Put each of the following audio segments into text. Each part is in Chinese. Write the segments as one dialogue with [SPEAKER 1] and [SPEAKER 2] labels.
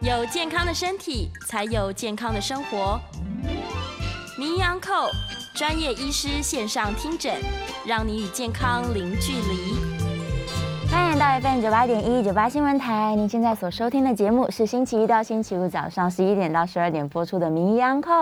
[SPEAKER 1] 有健康的身体，才有健康的生活。名医安扣专业医师线上听诊，让你与健康零距离。
[SPEAKER 2] 欢迎来到 FM 九八点一九八新闻台，您现在所收听的节目是星期一到星期五早上十一点到十二点播出的《名医安扣》，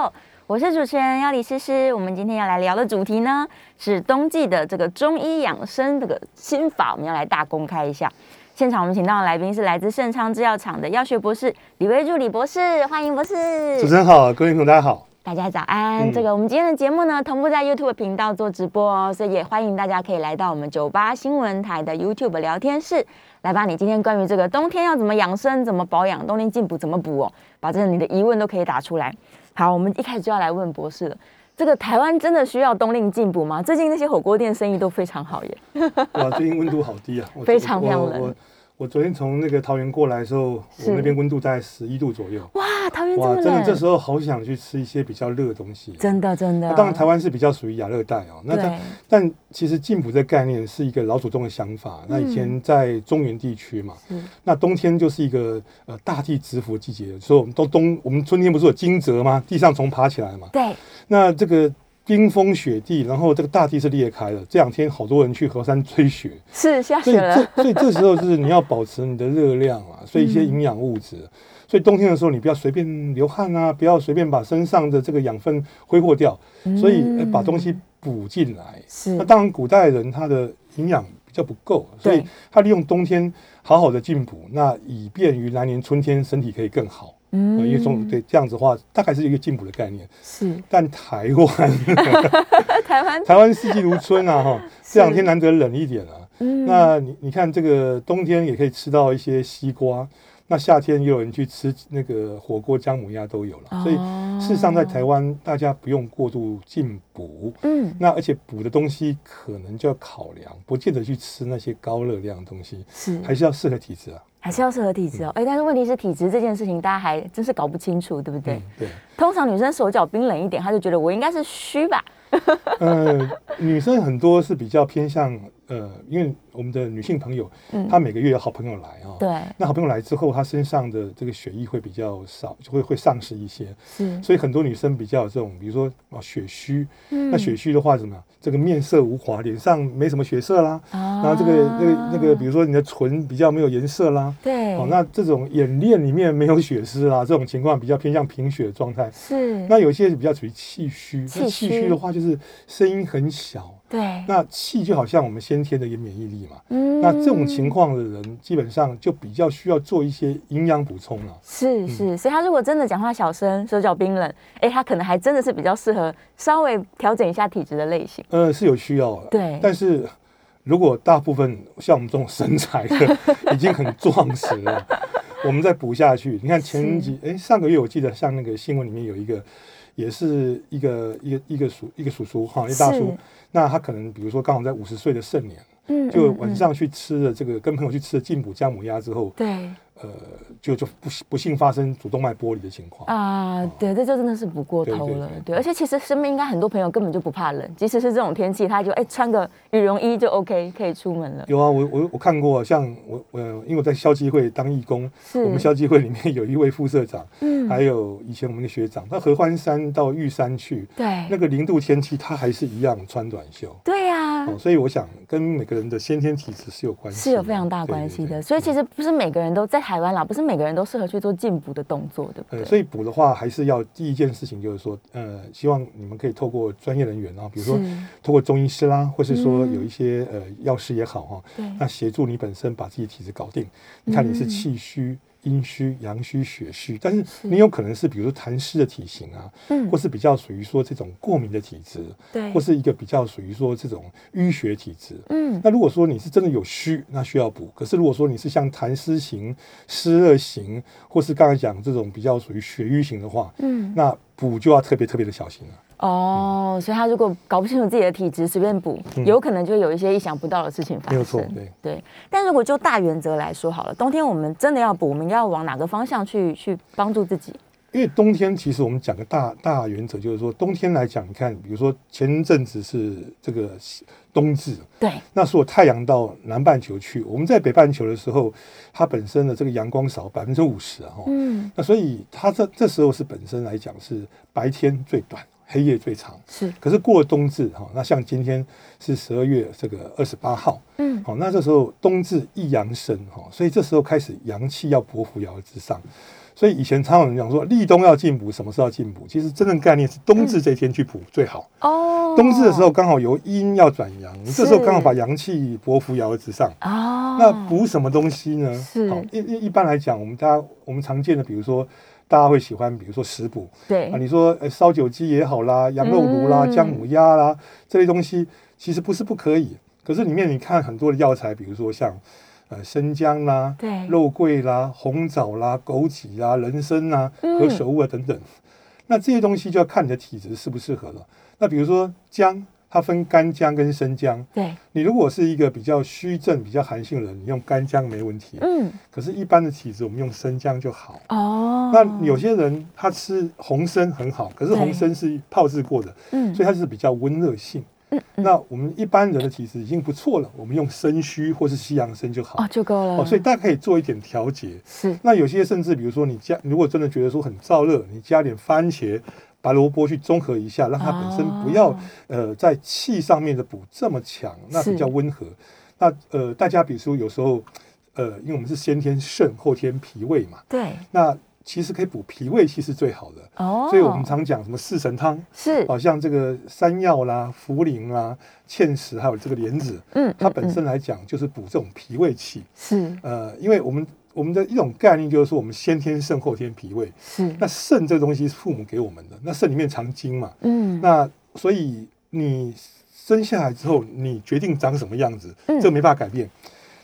[SPEAKER 2] 我是主持人要李诗诗。我们今天要来聊的主题呢是冬季的这个中医养生这个心法，我们要来大公开一下。现场我们请到的来宾是来自盛昌制药厂的药学博士李威助李博士，欢迎博士。
[SPEAKER 3] 主持人好，各位听众大家好。
[SPEAKER 2] 大家早安！
[SPEAKER 3] 嗯
[SPEAKER 2] 这个我们今天的节目呢，同步在 YouTube 频道做直播哦，所以也欢迎大家可以来到我们九八新闻台的 YouTube 聊天室，来把你今天关于这个冬天要怎么养生、怎么保养、冬天进补怎么补哦，把这个你的疑问都可以打出来。好，我们一开始就要来问博士了，这个台湾真的需要冬令进补吗？最近那些火锅店生意都非常好耶。
[SPEAKER 3] 哇，最近温度好低啊，我
[SPEAKER 2] 非常非常
[SPEAKER 3] 我
[SPEAKER 2] 冷
[SPEAKER 3] 我我昨天从那个桃园过来的时候，
[SPEAKER 2] 是
[SPEAKER 3] 我那边温度在十一度左右。
[SPEAKER 2] 哇，桃园这么
[SPEAKER 3] 哇，
[SPEAKER 2] 冷，
[SPEAKER 3] 真的这时候好想去吃一些比较热的东西。
[SPEAKER 2] 真的真的，
[SPEAKER 3] 那当然，台湾是比较属于亚热带哦。那
[SPEAKER 2] 对
[SPEAKER 3] 但但其实进补这概念是一个老祖宗的想法。那以前在中原地区嘛，
[SPEAKER 2] 嗯是
[SPEAKER 3] 那冬天就是一个呃大地蛰伏的季节，所以我们都冬，我们春天不是有惊蛰吗？地上虫爬起来嘛。
[SPEAKER 2] 对
[SPEAKER 3] 那这个冰封雪地，然后这个大地是裂开的。这两天好多人去河山追雪，
[SPEAKER 2] 是下
[SPEAKER 3] 所以
[SPEAKER 2] 雪了，
[SPEAKER 3] 这所以这时候就是你要保持你的热量 啊，所以一些营养物质。所以冬天的时候，你不要随便流汗啊，不要随便把身上的这个养分挥霍掉，
[SPEAKER 2] 嗯
[SPEAKER 3] 所以、呃把东西补进来。
[SPEAKER 2] 是
[SPEAKER 3] 那当然，古代人他的营养比较不够，所以
[SPEAKER 2] 对
[SPEAKER 3] 他利用冬天好好的进补，那以便于来年春天身体可以更好。呃因为从对这样子的话，大概是一个进补的概念。
[SPEAKER 2] 嗯是
[SPEAKER 3] 但台湾，
[SPEAKER 2] 台湾
[SPEAKER 3] 台湾四季如春 啊，哈，这两天难得冷一点啊。
[SPEAKER 2] 嗯
[SPEAKER 3] 那你你看，这个冬天也可以吃到一些西瓜，那夏天也有人去吃那个火锅、姜母鸭都有
[SPEAKER 2] 哦
[SPEAKER 3] 了。所以事实上，在台湾大家不用过度进补，
[SPEAKER 2] 嗯。
[SPEAKER 3] 那而且补的东西可能就要考量，不见得去吃那些高热量的东西，
[SPEAKER 2] 是，
[SPEAKER 3] 还是要适合体质啊。
[SPEAKER 2] 还是要适合体质哦。
[SPEAKER 3] 嗯
[SPEAKER 2] 哎、但是问题是体质这件事情，大家还真是搞不清楚，对不对？
[SPEAKER 3] 嗯，对。
[SPEAKER 2] 通常女生手脚冰冷一点，她就觉得我应该是虚吧？
[SPEAKER 3] 呃，女生很多是比较偏向呃，因为我们的女性朋友，
[SPEAKER 2] 嗯
[SPEAKER 3] 她每个月有好朋友来啊、哦，
[SPEAKER 2] 对，
[SPEAKER 3] 那好朋友来之后，她身上的这个血液会比较少，就会会丧失一些，
[SPEAKER 2] 是，
[SPEAKER 3] 所以很多女生比较有这种，比如说啊血虚，
[SPEAKER 2] 嗯
[SPEAKER 3] 那血虚的话怎么样？这个面色无华，脸上没什么血色啦，
[SPEAKER 2] 啊
[SPEAKER 3] 然后这个那个那个，比如说你的唇比较没有颜色啦，
[SPEAKER 2] 对，
[SPEAKER 3] 哦，那这种眼链里面没有血丝啦，这种情况比较偏向贫血的状态。
[SPEAKER 2] 是，
[SPEAKER 3] 那有些比较属于气虚，那
[SPEAKER 2] 气
[SPEAKER 3] 气
[SPEAKER 2] 虚
[SPEAKER 3] 虚的话就是声音很小，
[SPEAKER 2] 对，
[SPEAKER 3] 那气就好像我们先天的一个免疫力嘛。
[SPEAKER 2] 嗯
[SPEAKER 3] 那这种情况的人，基本上就比较需要做一些营养补充了。
[SPEAKER 2] 是是，所以她如果真的讲话小声，手脚冰冷，哎、她可能还真的是比较适合稍微调整一下体质的类型。
[SPEAKER 3] 呃，是有需要的。
[SPEAKER 2] 对
[SPEAKER 3] 但是如果大部分像我们这种身 材的已经很壮实了，我们再补下去，你看前几哎上个月我记得像那个新闻里面有一个，也是一个一个一个叔一个叔叔哈，一大
[SPEAKER 2] 是
[SPEAKER 3] 叔，那他可能比如说刚好在五十岁的盛年，
[SPEAKER 2] 嗯
[SPEAKER 3] 就
[SPEAKER 2] 嗯
[SPEAKER 3] 晚
[SPEAKER 2] 嗯
[SPEAKER 3] 上去吃了这个跟朋友去吃了进补姜母鸭之后，
[SPEAKER 2] 对
[SPEAKER 3] 呃，就就不不幸发生主动脉剥离的情况。
[SPEAKER 2] 啊，对，这就真的是补过
[SPEAKER 3] 对
[SPEAKER 2] 头
[SPEAKER 3] 对
[SPEAKER 2] 了。
[SPEAKER 3] 对
[SPEAKER 2] 对，而且其实身边应该很多朋友根本就不怕冷，即使是这种天气，他就哎、穿个羽绒衣就 OK，可以出门了。
[SPEAKER 3] 有啊，我我我看过，像我我因为我在消基会当义工，
[SPEAKER 2] 是
[SPEAKER 3] 我们消基会里面有一位副社长，
[SPEAKER 2] 嗯
[SPEAKER 3] 还有以前我们的学长，他合欢山到玉山去，
[SPEAKER 2] 对，
[SPEAKER 3] 那个零度天气，他还是一样穿短袖。
[SPEAKER 2] 对呀、
[SPEAKER 3] 哦，所以我想跟每个人的先天体质是有关系的，
[SPEAKER 2] 是有非常大关系的，所以其
[SPEAKER 3] 实，
[SPEAKER 2] 实不是每个人都在台湾啦，不是每个人都适合去做进补的动作，对不
[SPEAKER 3] 呃，
[SPEAKER 2] 对？
[SPEAKER 3] 所以补的话，还是要第一件事情就是说，呃，希望你们可以透过专业人员啊，比如说
[SPEAKER 2] 是
[SPEAKER 3] 透过中医师啦，或是说
[SPEAKER 2] 嗯
[SPEAKER 3] 有一些呃药师也好哈、
[SPEAKER 2] 对
[SPEAKER 3] 那协助你本身把自己体质搞定。你看你
[SPEAKER 2] 嗯
[SPEAKER 3] 是气虚、阴虚、阳虚、血虚，但是你有可能是比如说痰湿的体型啊，
[SPEAKER 2] 嗯
[SPEAKER 3] 或是比较属于说这种过敏的体质，
[SPEAKER 2] 对
[SPEAKER 3] 或是一个比较属于说这种淤血体质。
[SPEAKER 2] 嗯
[SPEAKER 3] 那如果说你是真的有虚，那需要补。可是如果说你是像痰湿型、湿热型，或是刚才讲这种比较属于血瘀型的话，
[SPEAKER 2] 嗯
[SPEAKER 3] 那补就要特别特别的小心了、嗯
[SPEAKER 2] 哦，所以他如果搞不清楚自己的体质，随便补，有可能就有一些意想不到的事情发生。
[SPEAKER 3] 没有错对
[SPEAKER 2] 对。但如果就大原则来说好了，冬天我们真的要补，我们应该要往哪个方向去去帮助自己？
[SPEAKER 3] 因为冬天其实我们讲个大大原则，就是说冬天来讲，你看，比如说前一阵子是这个冬至，
[SPEAKER 2] 对，
[SPEAKER 3] 那时候太阳到南半球去，我们在北半球的时候，它本身的这个阳光少百分之五十啊，哈、
[SPEAKER 2] 嗯，
[SPEAKER 3] 那所以它这这时候是本身来讲是白天最短，黑夜最长。
[SPEAKER 2] 是，
[SPEAKER 3] 可是过了冬至哈、那像今天是十二月这个二十八号，
[SPEAKER 2] 嗯，
[SPEAKER 3] 好、那这时候冬至一阳生哈、所以这时候开始阳气要匍匐摇之上。所以以前常有人讲说立冬要进补，什么时候要进补？其实真正概念是冬至这一天去补最好。
[SPEAKER 2] 哦，
[SPEAKER 3] 冬至的时候刚好由阴要转阳，你这时候刚好把阳气匍匐摇之上。
[SPEAKER 2] 哦，
[SPEAKER 3] 那补什么东西呢？
[SPEAKER 2] 是
[SPEAKER 3] 好一一一般来讲，我们大家我们常见的，比如说大家会喜欢，比如说食补
[SPEAKER 2] 对
[SPEAKER 3] 啊，，你说呃烧酒鸡也好啦，羊肉炉啦、
[SPEAKER 2] 嗯
[SPEAKER 3] 姜母鸭啦这类东西，其实不是不可以，可是里面你看很多的药材，比如说像呃生姜啦、
[SPEAKER 2] 对，
[SPEAKER 3] 肉桂啦、红枣啦、枸杞啦、人参啦、
[SPEAKER 2] 嗯
[SPEAKER 3] 何首乌啊等等，那这些东西就要看你的体质适不适合了。那比如说姜，它分干姜跟生姜。
[SPEAKER 2] 对，
[SPEAKER 3] 你如果是一个比较虚症、比较寒性的人，你用干姜没问题。
[SPEAKER 2] 嗯，
[SPEAKER 3] 可是，一般的体质，我们用生姜就好。
[SPEAKER 2] 哦，
[SPEAKER 3] 那有些人他吃红参很好，可是
[SPEAKER 2] 对
[SPEAKER 3] 红参是泡制过的，
[SPEAKER 2] 嗯，
[SPEAKER 3] 所以它就是比较温热性。
[SPEAKER 2] 嗯嗯，
[SPEAKER 3] 那我们一般人的体质已经不错了，我们用参须或是西洋参就好
[SPEAKER 2] 哦。就够了，
[SPEAKER 3] 哦，所以大家可以做一点调节。
[SPEAKER 2] 是，
[SPEAKER 3] 那有些甚至比如说你加，如果真的觉得说很燥热，你加点番茄、白萝卜去中和一下，让它本身不要、
[SPEAKER 2] 哦
[SPEAKER 3] 呃在气上面的补这么强，那
[SPEAKER 2] 是
[SPEAKER 3] 比较温和。那呃，大家比如说有时候呃，因为我们是先天肾后天脾胃嘛，
[SPEAKER 2] 对，
[SPEAKER 3] 那其实可以补脾胃气是最好的。
[SPEAKER 2] 哦，
[SPEAKER 3] 所以我们哦常讲什么四神汤，
[SPEAKER 2] 是，
[SPEAKER 3] 好、像这个山药啦、茯苓啦、芡实还有这个莲子，
[SPEAKER 2] 嗯，
[SPEAKER 3] 它
[SPEAKER 2] 嗯
[SPEAKER 3] 本
[SPEAKER 2] 嗯
[SPEAKER 3] 身来讲就是补这种脾胃气。
[SPEAKER 2] 是
[SPEAKER 3] 呃，因为我们我们的一种概念就是说，我们先天肾后天脾胃。
[SPEAKER 2] 是，
[SPEAKER 3] 那肾这个东西是父母给我们的，那肾里面藏精嘛，
[SPEAKER 2] 嗯，
[SPEAKER 3] 那所以你生下来之后，你决定长什么样子，
[SPEAKER 2] 嗯
[SPEAKER 3] 这没办法改变。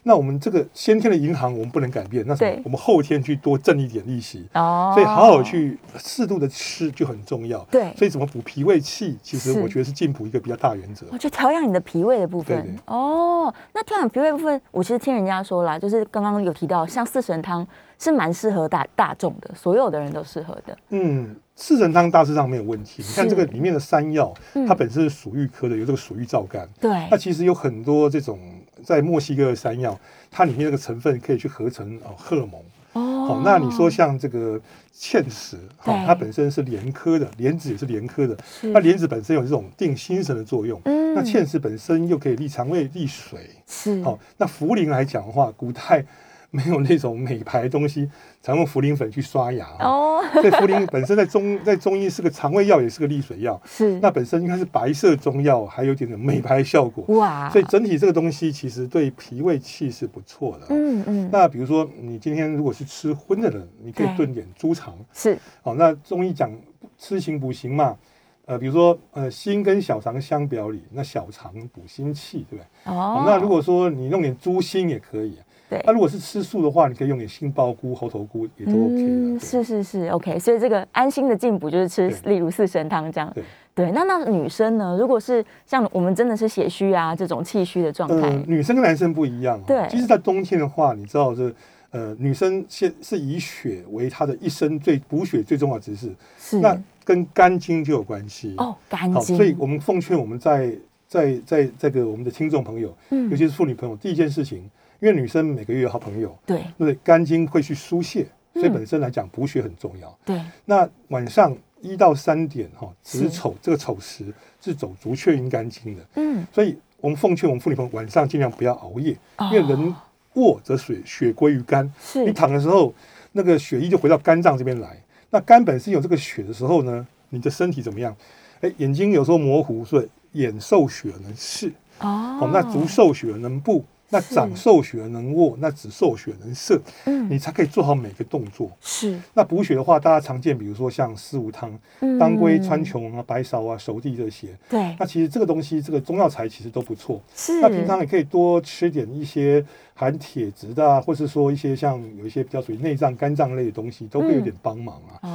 [SPEAKER 3] 那我们这个先天的银行我们不能改变，那什么
[SPEAKER 2] 对
[SPEAKER 3] 我们后天去多挣一点利息，
[SPEAKER 2] 哦，
[SPEAKER 3] 所以好好去适度的吃就很重要。
[SPEAKER 2] 对
[SPEAKER 3] 所以怎么补脾胃气，其实
[SPEAKER 2] 是哦
[SPEAKER 3] 我觉得是进补一个比较大原则。
[SPEAKER 2] 我就调养你的脾胃的部分
[SPEAKER 3] 对对
[SPEAKER 2] 哦。那调养脾胃部分，我其实听人家说啦，就是刚刚有提到，像四神汤是蛮适合大大众的，所有的人都适合的。
[SPEAKER 3] 嗯，四神汤大致上没有问题。你看
[SPEAKER 2] 是
[SPEAKER 3] 这个里面的山药，
[SPEAKER 2] 嗯
[SPEAKER 3] 它本身是属玉科的，有这个属玉皂苷。
[SPEAKER 2] 对
[SPEAKER 3] 那，其实有很多这种在墨西哥的山药，它里面那个成分可以去合成哦荷尔蒙。好、
[SPEAKER 2] 哦
[SPEAKER 3] 那你说像这个芡实，好、
[SPEAKER 2] 对
[SPEAKER 3] 它本身是莲科的，莲子也是莲科的，
[SPEAKER 2] 是
[SPEAKER 3] 那莲子本身有这种定心神的作用，
[SPEAKER 2] 嗯
[SPEAKER 3] 那芡实本身又可以利肠胃、利水。
[SPEAKER 2] 是
[SPEAKER 3] 好、那茯苓来讲的话，古代没有那种美白东西，常用茯苓粉去刷牙。
[SPEAKER 2] 哦，
[SPEAKER 3] 所以茯苓本身在中 在中医是个肠胃药，也是个利水药。
[SPEAKER 2] 是
[SPEAKER 3] 那本身应该是白色中药，还有一点点美白效果。
[SPEAKER 2] 哇，
[SPEAKER 3] 所以整体这个东西其实对脾胃气是不错的。
[SPEAKER 2] 嗯嗯
[SPEAKER 3] 那比如说你今天如果是吃荤的人，你可以
[SPEAKER 2] 对
[SPEAKER 3] 炖点猪肠。
[SPEAKER 2] 是
[SPEAKER 3] 哦，那中医讲吃行补行嘛，呃，比如说呃心跟小肠相表里，那小肠补心气，对不
[SPEAKER 2] 哦
[SPEAKER 3] 对？哦，那如果说你弄点猪心也可以。啊
[SPEAKER 2] 对
[SPEAKER 3] 那如果是吃素的话，你可以用点杏鲍菇、猴头菇也都 OK 的。对
[SPEAKER 2] 嗯，是是是，OK，所以这个安心的进补就是吃，
[SPEAKER 3] 对
[SPEAKER 2] 例如四神汤这样。
[SPEAKER 3] 对
[SPEAKER 2] 对，那那女生呢？如果是像我们真的是血虚啊这种气虚的状态，
[SPEAKER 3] 呃，女生跟男生不一样、哦。
[SPEAKER 2] 对
[SPEAKER 3] 其实，在冬天的话，你知道这呃，女生先是以血为她的一生最补血最重要的知识，
[SPEAKER 2] 是
[SPEAKER 3] 那跟肝经就有关系。
[SPEAKER 2] 哦，干
[SPEAKER 3] 好，
[SPEAKER 2] 净，
[SPEAKER 3] 所以我们奉劝我们在在在这个我们的听众朋友，
[SPEAKER 2] 嗯
[SPEAKER 3] 尤其是妇女朋友，第一件事情，因为女生每个月有好朋友，
[SPEAKER 2] 对
[SPEAKER 3] 对不对？肝经会去疏泄，所以
[SPEAKER 2] 嗯
[SPEAKER 3] 本身来讲补血很重要。
[SPEAKER 2] 对
[SPEAKER 3] 那晚上一到三点哈、哦，子
[SPEAKER 2] 是
[SPEAKER 3] 丑这个丑时是走足厥阴肝经的。
[SPEAKER 2] 嗯，
[SPEAKER 3] 所以我们奉劝我们妇女朋友晚上尽量不要熬夜，
[SPEAKER 2] 哦
[SPEAKER 3] 因为人卧则血血归于肝，
[SPEAKER 2] 是
[SPEAKER 3] 你躺的时候，那个血液就回到肝脏这边来。那肝本身有这个血的时候呢，你的身体怎么样？哎，眼睛有时候模糊，所以眼受血能视，
[SPEAKER 2] 哦
[SPEAKER 3] 哦，那足受血能步，那
[SPEAKER 2] 是
[SPEAKER 3] 掌受血能握，那指受血能射，
[SPEAKER 2] 嗯
[SPEAKER 3] 你才可以做好每个动作。
[SPEAKER 2] 是
[SPEAKER 3] 那补血的话，大家常见，比如说像四物汤、当归、川
[SPEAKER 2] 嗯
[SPEAKER 3] 穹啊、白芍啊、熟地这些。
[SPEAKER 2] 对
[SPEAKER 3] 那其实这个东西，这个中药材其实都不错。
[SPEAKER 2] 是
[SPEAKER 3] 那平常也可以多吃点一些含铁质的、啊，或是说一些像有一些比较属于内脏、肝脏类的东西，都会有点帮忙啊。那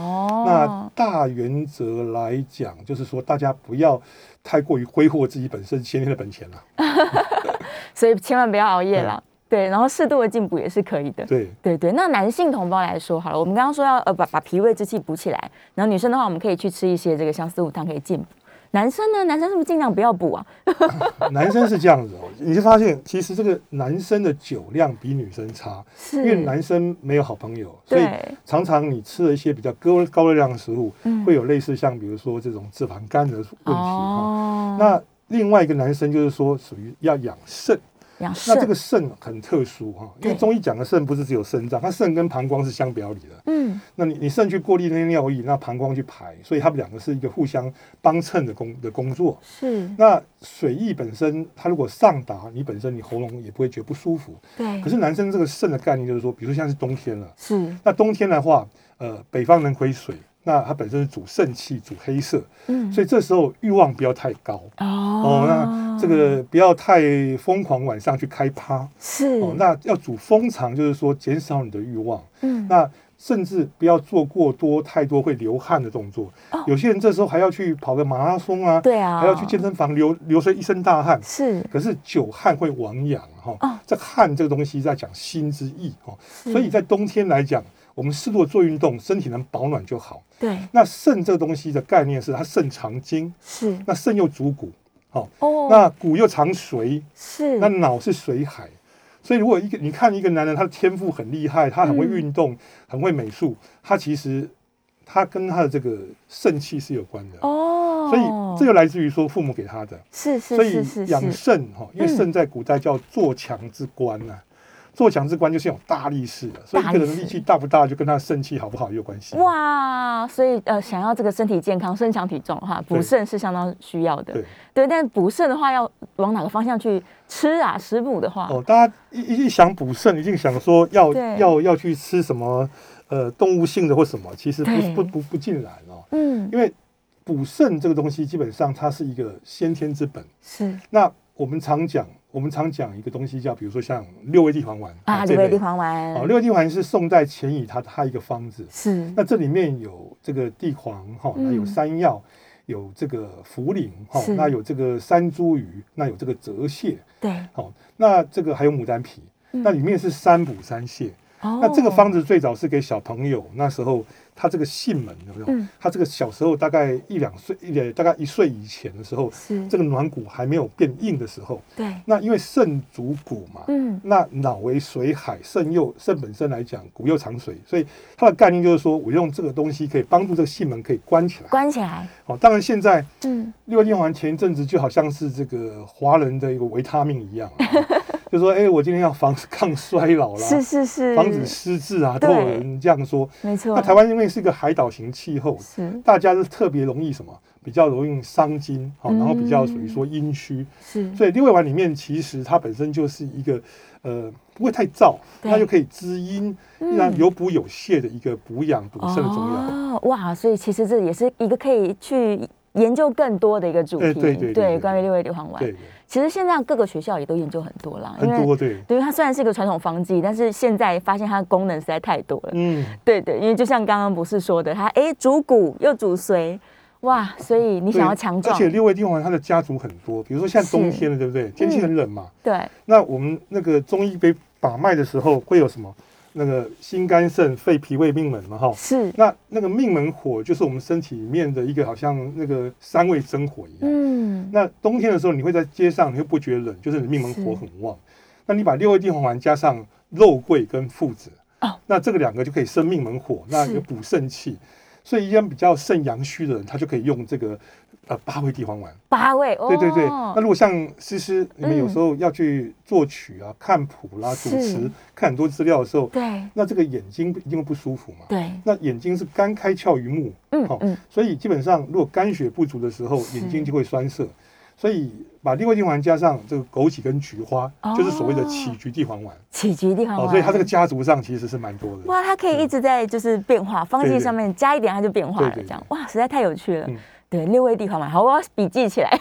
[SPEAKER 2] 嗯哦
[SPEAKER 3] 大原则来讲，就是说大家不要太过于挥霍自己本身先天的本钱了、
[SPEAKER 2] 所以千万不要熬夜啦。对，然后适度的进补也是可以的。
[SPEAKER 3] 对，
[SPEAKER 2] 对对，那男性同胞来说好了，我们刚刚说要呃把把脾胃之气补起来，然后女生的话，我们可以去吃一些这个相思五汤可以进补。男生呢，男生是不是尽量不要补啊？
[SPEAKER 3] 男生是这样子哦， 你就发现其实这个男生的酒量比女生差，
[SPEAKER 2] 是
[SPEAKER 3] 因为男生没有好朋友，所以
[SPEAKER 2] 对
[SPEAKER 3] 常常你吃了一些比较高高热量的食物，
[SPEAKER 2] 嗯
[SPEAKER 3] 会有类似像比如说这种脂肪肝的问题哈、
[SPEAKER 2] 哦，
[SPEAKER 3] 那另外一个男生就是说属于要养肾，
[SPEAKER 2] 养
[SPEAKER 3] 那
[SPEAKER 2] 肾
[SPEAKER 3] 这个肾很特殊哈、因为
[SPEAKER 2] 对
[SPEAKER 3] 中医讲的肾不是只有肾脏，它肾跟膀胱是相表里的。
[SPEAKER 2] 嗯
[SPEAKER 3] 那你你肾去过滤那些尿液，那膀胱去排，所以它们两个是一个互相帮衬的工的工作。
[SPEAKER 2] 是
[SPEAKER 3] 那水液本身，它如果上达，你本身你喉咙也不会觉得不舒服。
[SPEAKER 2] 对
[SPEAKER 3] 可是男生这个肾的概念就是说，比如说现在是冬天了，
[SPEAKER 2] 是
[SPEAKER 3] 那冬天的话，呃，北方人癸水，那它本身是主肾气、主黑色，
[SPEAKER 2] 嗯
[SPEAKER 3] 所以这时候欲望不要太高哦
[SPEAKER 2] 哦
[SPEAKER 3] 那这个不要太疯狂，晚上去开趴
[SPEAKER 2] 是
[SPEAKER 3] 哦。那要主风肠，就是说减少你的欲望。
[SPEAKER 2] 嗯
[SPEAKER 3] 那甚至不要做过多太多会流汗的动作。
[SPEAKER 2] 哦
[SPEAKER 3] 有些人这时候还要去跑个马拉松啊，
[SPEAKER 2] 对啊，
[SPEAKER 3] 还要去健身房流流出一身大汗。
[SPEAKER 2] 是
[SPEAKER 3] 可是久汗会亡阳哈、
[SPEAKER 2] 哦
[SPEAKER 3] 这汗这个东西在讲心之意哦哈、
[SPEAKER 2] 嗯
[SPEAKER 3] 所以在冬天来讲，我们适度地做运动，身体能保暖就好。
[SPEAKER 2] 对
[SPEAKER 3] 那肾这个东西的概念是它肾藏精，
[SPEAKER 2] 是
[SPEAKER 3] 那肾又主骨，好、
[SPEAKER 2] 哦嗯
[SPEAKER 3] 那骨又藏髓，
[SPEAKER 2] 是
[SPEAKER 3] 那脑是水海，所以如果一个你看一个男人，他的天赋很厉害，他
[SPEAKER 2] 嗯
[SPEAKER 3] 很会运动，很会美术，他其实他跟他的这个肾气是有关的。
[SPEAKER 2] 哦，
[SPEAKER 3] 所以这就来自于说父母给他的，
[SPEAKER 2] 是是
[SPEAKER 3] 所
[SPEAKER 2] 是
[SPEAKER 3] 以
[SPEAKER 2] 是
[SPEAKER 3] 养
[SPEAKER 2] 是
[SPEAKER 3] 肾哈，因为
[SPEAKER 2] 嗯
[SPEAKER 3] 肾在古代叫做强之官呐、做强之官就是有大力士的，所以
[SPEAKER 2] 大
[SPEAKER 3] 一个
[SPEAKER 2] 力
[SPEAKER 3] 人力
[SPEAKER 2] 士
[SPEAKER 3] 气大不大，就跟他的肾气好不好也有关系。
[SPEAKER 2] 哇，所以呃，想要这个身体健康、身强体壮的话，补
[SPEAKER 3] 对
[SPEAKER 2] 肾是相当需要的。
[SPEAKER 3] 对
[SPEAKER 2] 对，但补肾的话，要往哪个方向去吃啊？食补的话，
[SPEAKER 3] 哦，大家一一一想补肾，一定想说要
[SPEAKER 2] 对
[SPEAKER 3] 要要去吃什么呃动物性的或什么，其实
[SPEAKER 2] 对
[SPEAKER 3] 不不不不尽然哦。
[SPEAKER 2] 嗯，
[SPEAKER 3] 因为补肾这个东西，基本上它是一个先天之本。
[SPEAKER 2] 是
[SPEAKER 3] 那我们常讲，我们常讲一个东西叫，比如说像六味地黄丸
[SPEAKER 2] 啊，
[SPEAKER 3] 这
[SPEAKER 2] 六味
[SPEAKER 3] 类
[SPEAKER 2] 地黄
[SPEAKER 3] 哦，
[SPEAKER 2] 丸
[SPEAKER 3] 六味地黄丸是宋代钱乙他他一个方子。
[SPEAKER 2] 是
[SPEAKER 3] 那这里面有这个地黄哈，那、
[SPEAKER 2] 嗯
[SPEAKER 3] 有山药，有这个茯苓哈
[SPEAKER 2] 是，
[SPEAKER 3] 那有这个山茱萸，那有这个泽泻，
[SPEAKER 2] 对
[SPEAKER 3] 好、那这个还有牡丹皮，
[SPEAKER 2] 嗯
[SPEAKER 3] 那里面是三补三泻。
[SPEAKER 2] 哦
[SPEAKER 3] 那这个方子最早是给小朋友，那时候他这个囟门有没有？
[SPEAKER 2] 嗯
[SPEAKER 3] 他这个小时候大概一两岁，一两大概一岁以前的时候，
[SPEAKER 2] 是
[SPEAKER 3] 这个软骨还没有变硬的时候，
[SPEAKER 2] 对，
[SPEAKER 3] 那因为肾主骨嘛，
[SPEAKER 2] 嗯
[SPEAKER 3] 那脑为水海，肾又肾本身来讲，骨又藏水，所以它的概念就是说我用这个东西可以帮助这个囟门可以关起来。
[SPEAKER 2] 关起来，
[SPEAKER 3] 哦，当然现在
[SPEAKER 2] 嗯
[SPEAKER 3] 六天丸前一阵子就好像是这个华人的一个维他命一样、啊， 就说哎、我今天要防 抗衰老啦，
[SPEAKER 2] 是是是，
[SPEAKER 3] 防止失智啊，都
[SPEAKER 2] 对
[SPEAKER 3] 有人这样说。
[SPEAKER 2] 没错，
[SPEAKER 3] 那台湾因为是一个海岛型气候，
[SPEAKER 2] 是
[SPEAKER 3] 大家是特别容易什么？比较容易伤筋，好、
[SPEAKER 2] 嗯
[SPEAKER 3] 然后比较属于说阴虚，
[SPEAKER 2] 是
[SPEAKER 3] 所以六味丸里面其实它本身就是一个，呃，不会太燥，
[SPEAKER 2] 对嗯
[SPEAKER 3] 它就可以滋阴，那有补有泻的一个补养补肾的中药。
[SPEAKER 2] 哦，哇，所以其实这也是一个可以去研究更多的一个主题，
[SPEAKER 3] 哎对对对对
[SPEAKER 2] 关于六味地黄丸。
[SPEAKER 3] 对，
[SPEAKER 2] 其实现在各个学校也都研究很多啦，
[SPEAKER 3] 很多对，
[SPEAKER 2] 哦对，因为它虽然是一个传统方剂，但是现在发现它的功能实在太多了。
[SPEAKER 3] 嗯，
[SPEAKER 2] 对对，因为就像刚刚博士说的，它哎主骨又主髓，哇，所以你
[SPEAKER 3] 你
[SPEAKER 2] 想要强壮
[SPEAKER 3] 而，且六味地黄丸它的家族很多，比如说像冬
[SPEAKER 2] 是嗯
[SPEAKER 3] 天了，对不对？天气很冷嘛，
[SPEAKER 2] 对，
[SPEAKER 3] 那我们那个中医被把脉的时候会有什么？那个心肝肾肺脾胃命门嘛，哈，
[SPEAKER 2] 是，
[SPEAKER 3] 那那个命门火就是我们身体里面的一个好像那个三味真火一样。
[SPEAKER 2] 嗯，
[SPEAKER 3] 那冬天的时候，你会在街上，你会不觉冷，就是你命门火很旺。那你把六味地黄丸加上肉桂跟附子，
[SPEAKER 2] 哦
[SPEAKER 3] 那这个两个就可以生命门火，那
[SPEAKER 2] 是
[SPEAKER 3] 有补肾气。所以一些比较肾阳虚的人，他就可以用这个呃八味地黄丸。
[SPEAKER 2] 八位，哦，
[SPEAKER 3] 对对对。那如果像诗诗，你们有时候要去作曲啊、看谱啦、
[SPEAKER 2] 是
[SPEAKER 3] 主持、看很多资料的时候，
[SPEAKER 2] 对
[SPEAKER 3] 那这个眼睛一定会不舒服嘛。
[SPEAKER 2] 对，
[SPEAKER 3] 那眼睛是肝开窍于目，
[SPEAKER 2] 嗯
[SPEAKER 3] 好
[SPEAKER 2] 嗯，
[SPEAKER 3] 所以基本上如果肝血不足的时候，眼睛就会酸涩。所以把六味地黄丸加上这个枸杞跟菊花，
[SPEAKER 2] 哦
[SPEAKER 3] 就是所谓的杞菊地黄丸。
[SPEAKER 2] 杞菊地黄
[SPEAKER 3] 哦，
[SPEAKER 2] 丸，
[SPEAKER 3] 所以它这个家族上其实是蛮多的。
[SPEAKER 2] 哇，它可以一直在就是变化，方剂
[SPEAKER 3] 对对
[SPEAKER 2] 上面加一点它就变化了，
[SPEAKER 3] 对对对
[SPEAKER 2] 这样哇，实在太有趣了
[SPEAKER 3] 嗯。
[SPEAKER 2] 对，六味地黄丸，好，我要笔记 起来。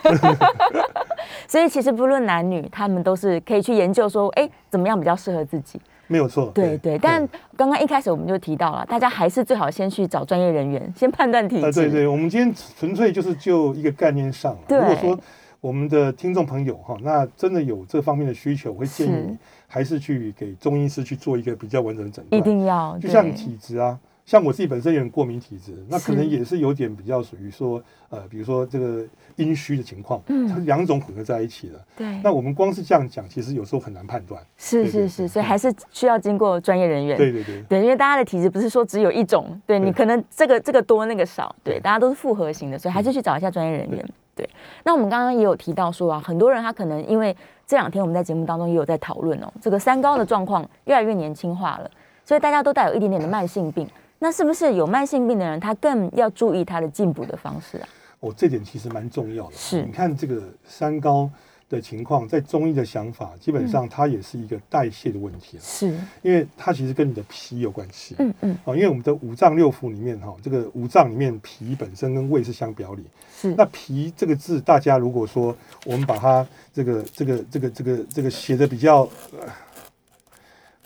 [SPEAKER 2] 所以其实不论男女，他们都是可以去研究说，哎，怎么样比较适合自己。
[SPEAKER 3] 没有错。
[SPEAKER 2] 对对，
[SPEAKER 3] 哎
[SPEAKER 2] 但刚刚一开始我们就提到了，大家还是最好先去找专业人员，先判断体
[SPEAKER 3] 呃，
[SPEAKER 2] 质。
[SPEAKER 3] 对对，我们今天纯粹就是就一个概念上了。
[SPEAKER 2] 对
[SPEAKER 3] 如果说我们的听众朋友哈，那真的有这方面的需求，我会建议
[SPEAKER 2] 是
[SPEAKER 3] 你还是去给中医师去做一个比较完整的诊断。
[SPEAKER 2] 一定要，
[SPEAKER 3] 就
[SPEAKER 2] 对
[SPEAKER 3] 像体质啊，像我自己本身有点过敏体质，那可能
[SPEAKER 2] 是
[SPEAKER 3] 也是有点比较属于说，呃，比如说这个阴虚的情况，
[SPEAKER 2] 嗯
[SPEAKER 3] 它是两种混合在一起的。
[SPEAKER 2] 对，
[SPEAKER 3] 那我们光是这样讲，其实有时候很难判断。
[SPEAKER 2] 是
[SPEAKER 3] 对
[SPEAKER 2] 是
[SPEAKER 3] 对
[SPEAKER 2] 是，
[SPEAKER 3] 对
[SPEAKER 2] 所以
[SPEAKER 3] 对
[SPEAKER 2] 还是需要经过专业人员。
[SPEAKER 3] 对对对，
[SPEAKER 2] 对，因为大家的体质不是说只有一种，对你
[SPEAKER 3] 对
[SPEAKER 2] 可能这个这个多那个少，对，
[SPEAKER 3] 对嗯
[SPEAKER 2] 大家都是复合型的，所以还是去找一下专业人员。对，那我们刚刚也有提到说啊，很多人他可能因为这两天我们在节目当中也有在讨论哦，这个三高的状况越来越年轻化了，所以大家都带有一点点的慢性病。那是不是有慢性病的人，他更要注意他的进补的方式啊？
[SPEAKER 3] 哦，这点其实蛮重要的。
[SPEAKER 2] 是
[SPEAKER 3] 你看这个三高的情况，在中医的想法，基本
[SPEAKER 2] 嗯
[SPEAKER 3] 上它也是一个代谢的问题啊，
[SPEAKER 2] 是，
[SPEAKER 3] 因为它其实跟你的脾有关系。
[SPEAKER 2] 嗯嗯，
[SPEAKER 3] 哦，因为我们的五脏六腑里面哈、这个五脏里面脾本身跟胃是相表里，
[SPEAKER 2] 是，
[SPEAKER 3] 那哦脾这个字，大家如果说我们把它这个这个这个这个这个写的比较、呃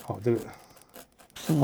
[SPEAKER 3] 好，这个好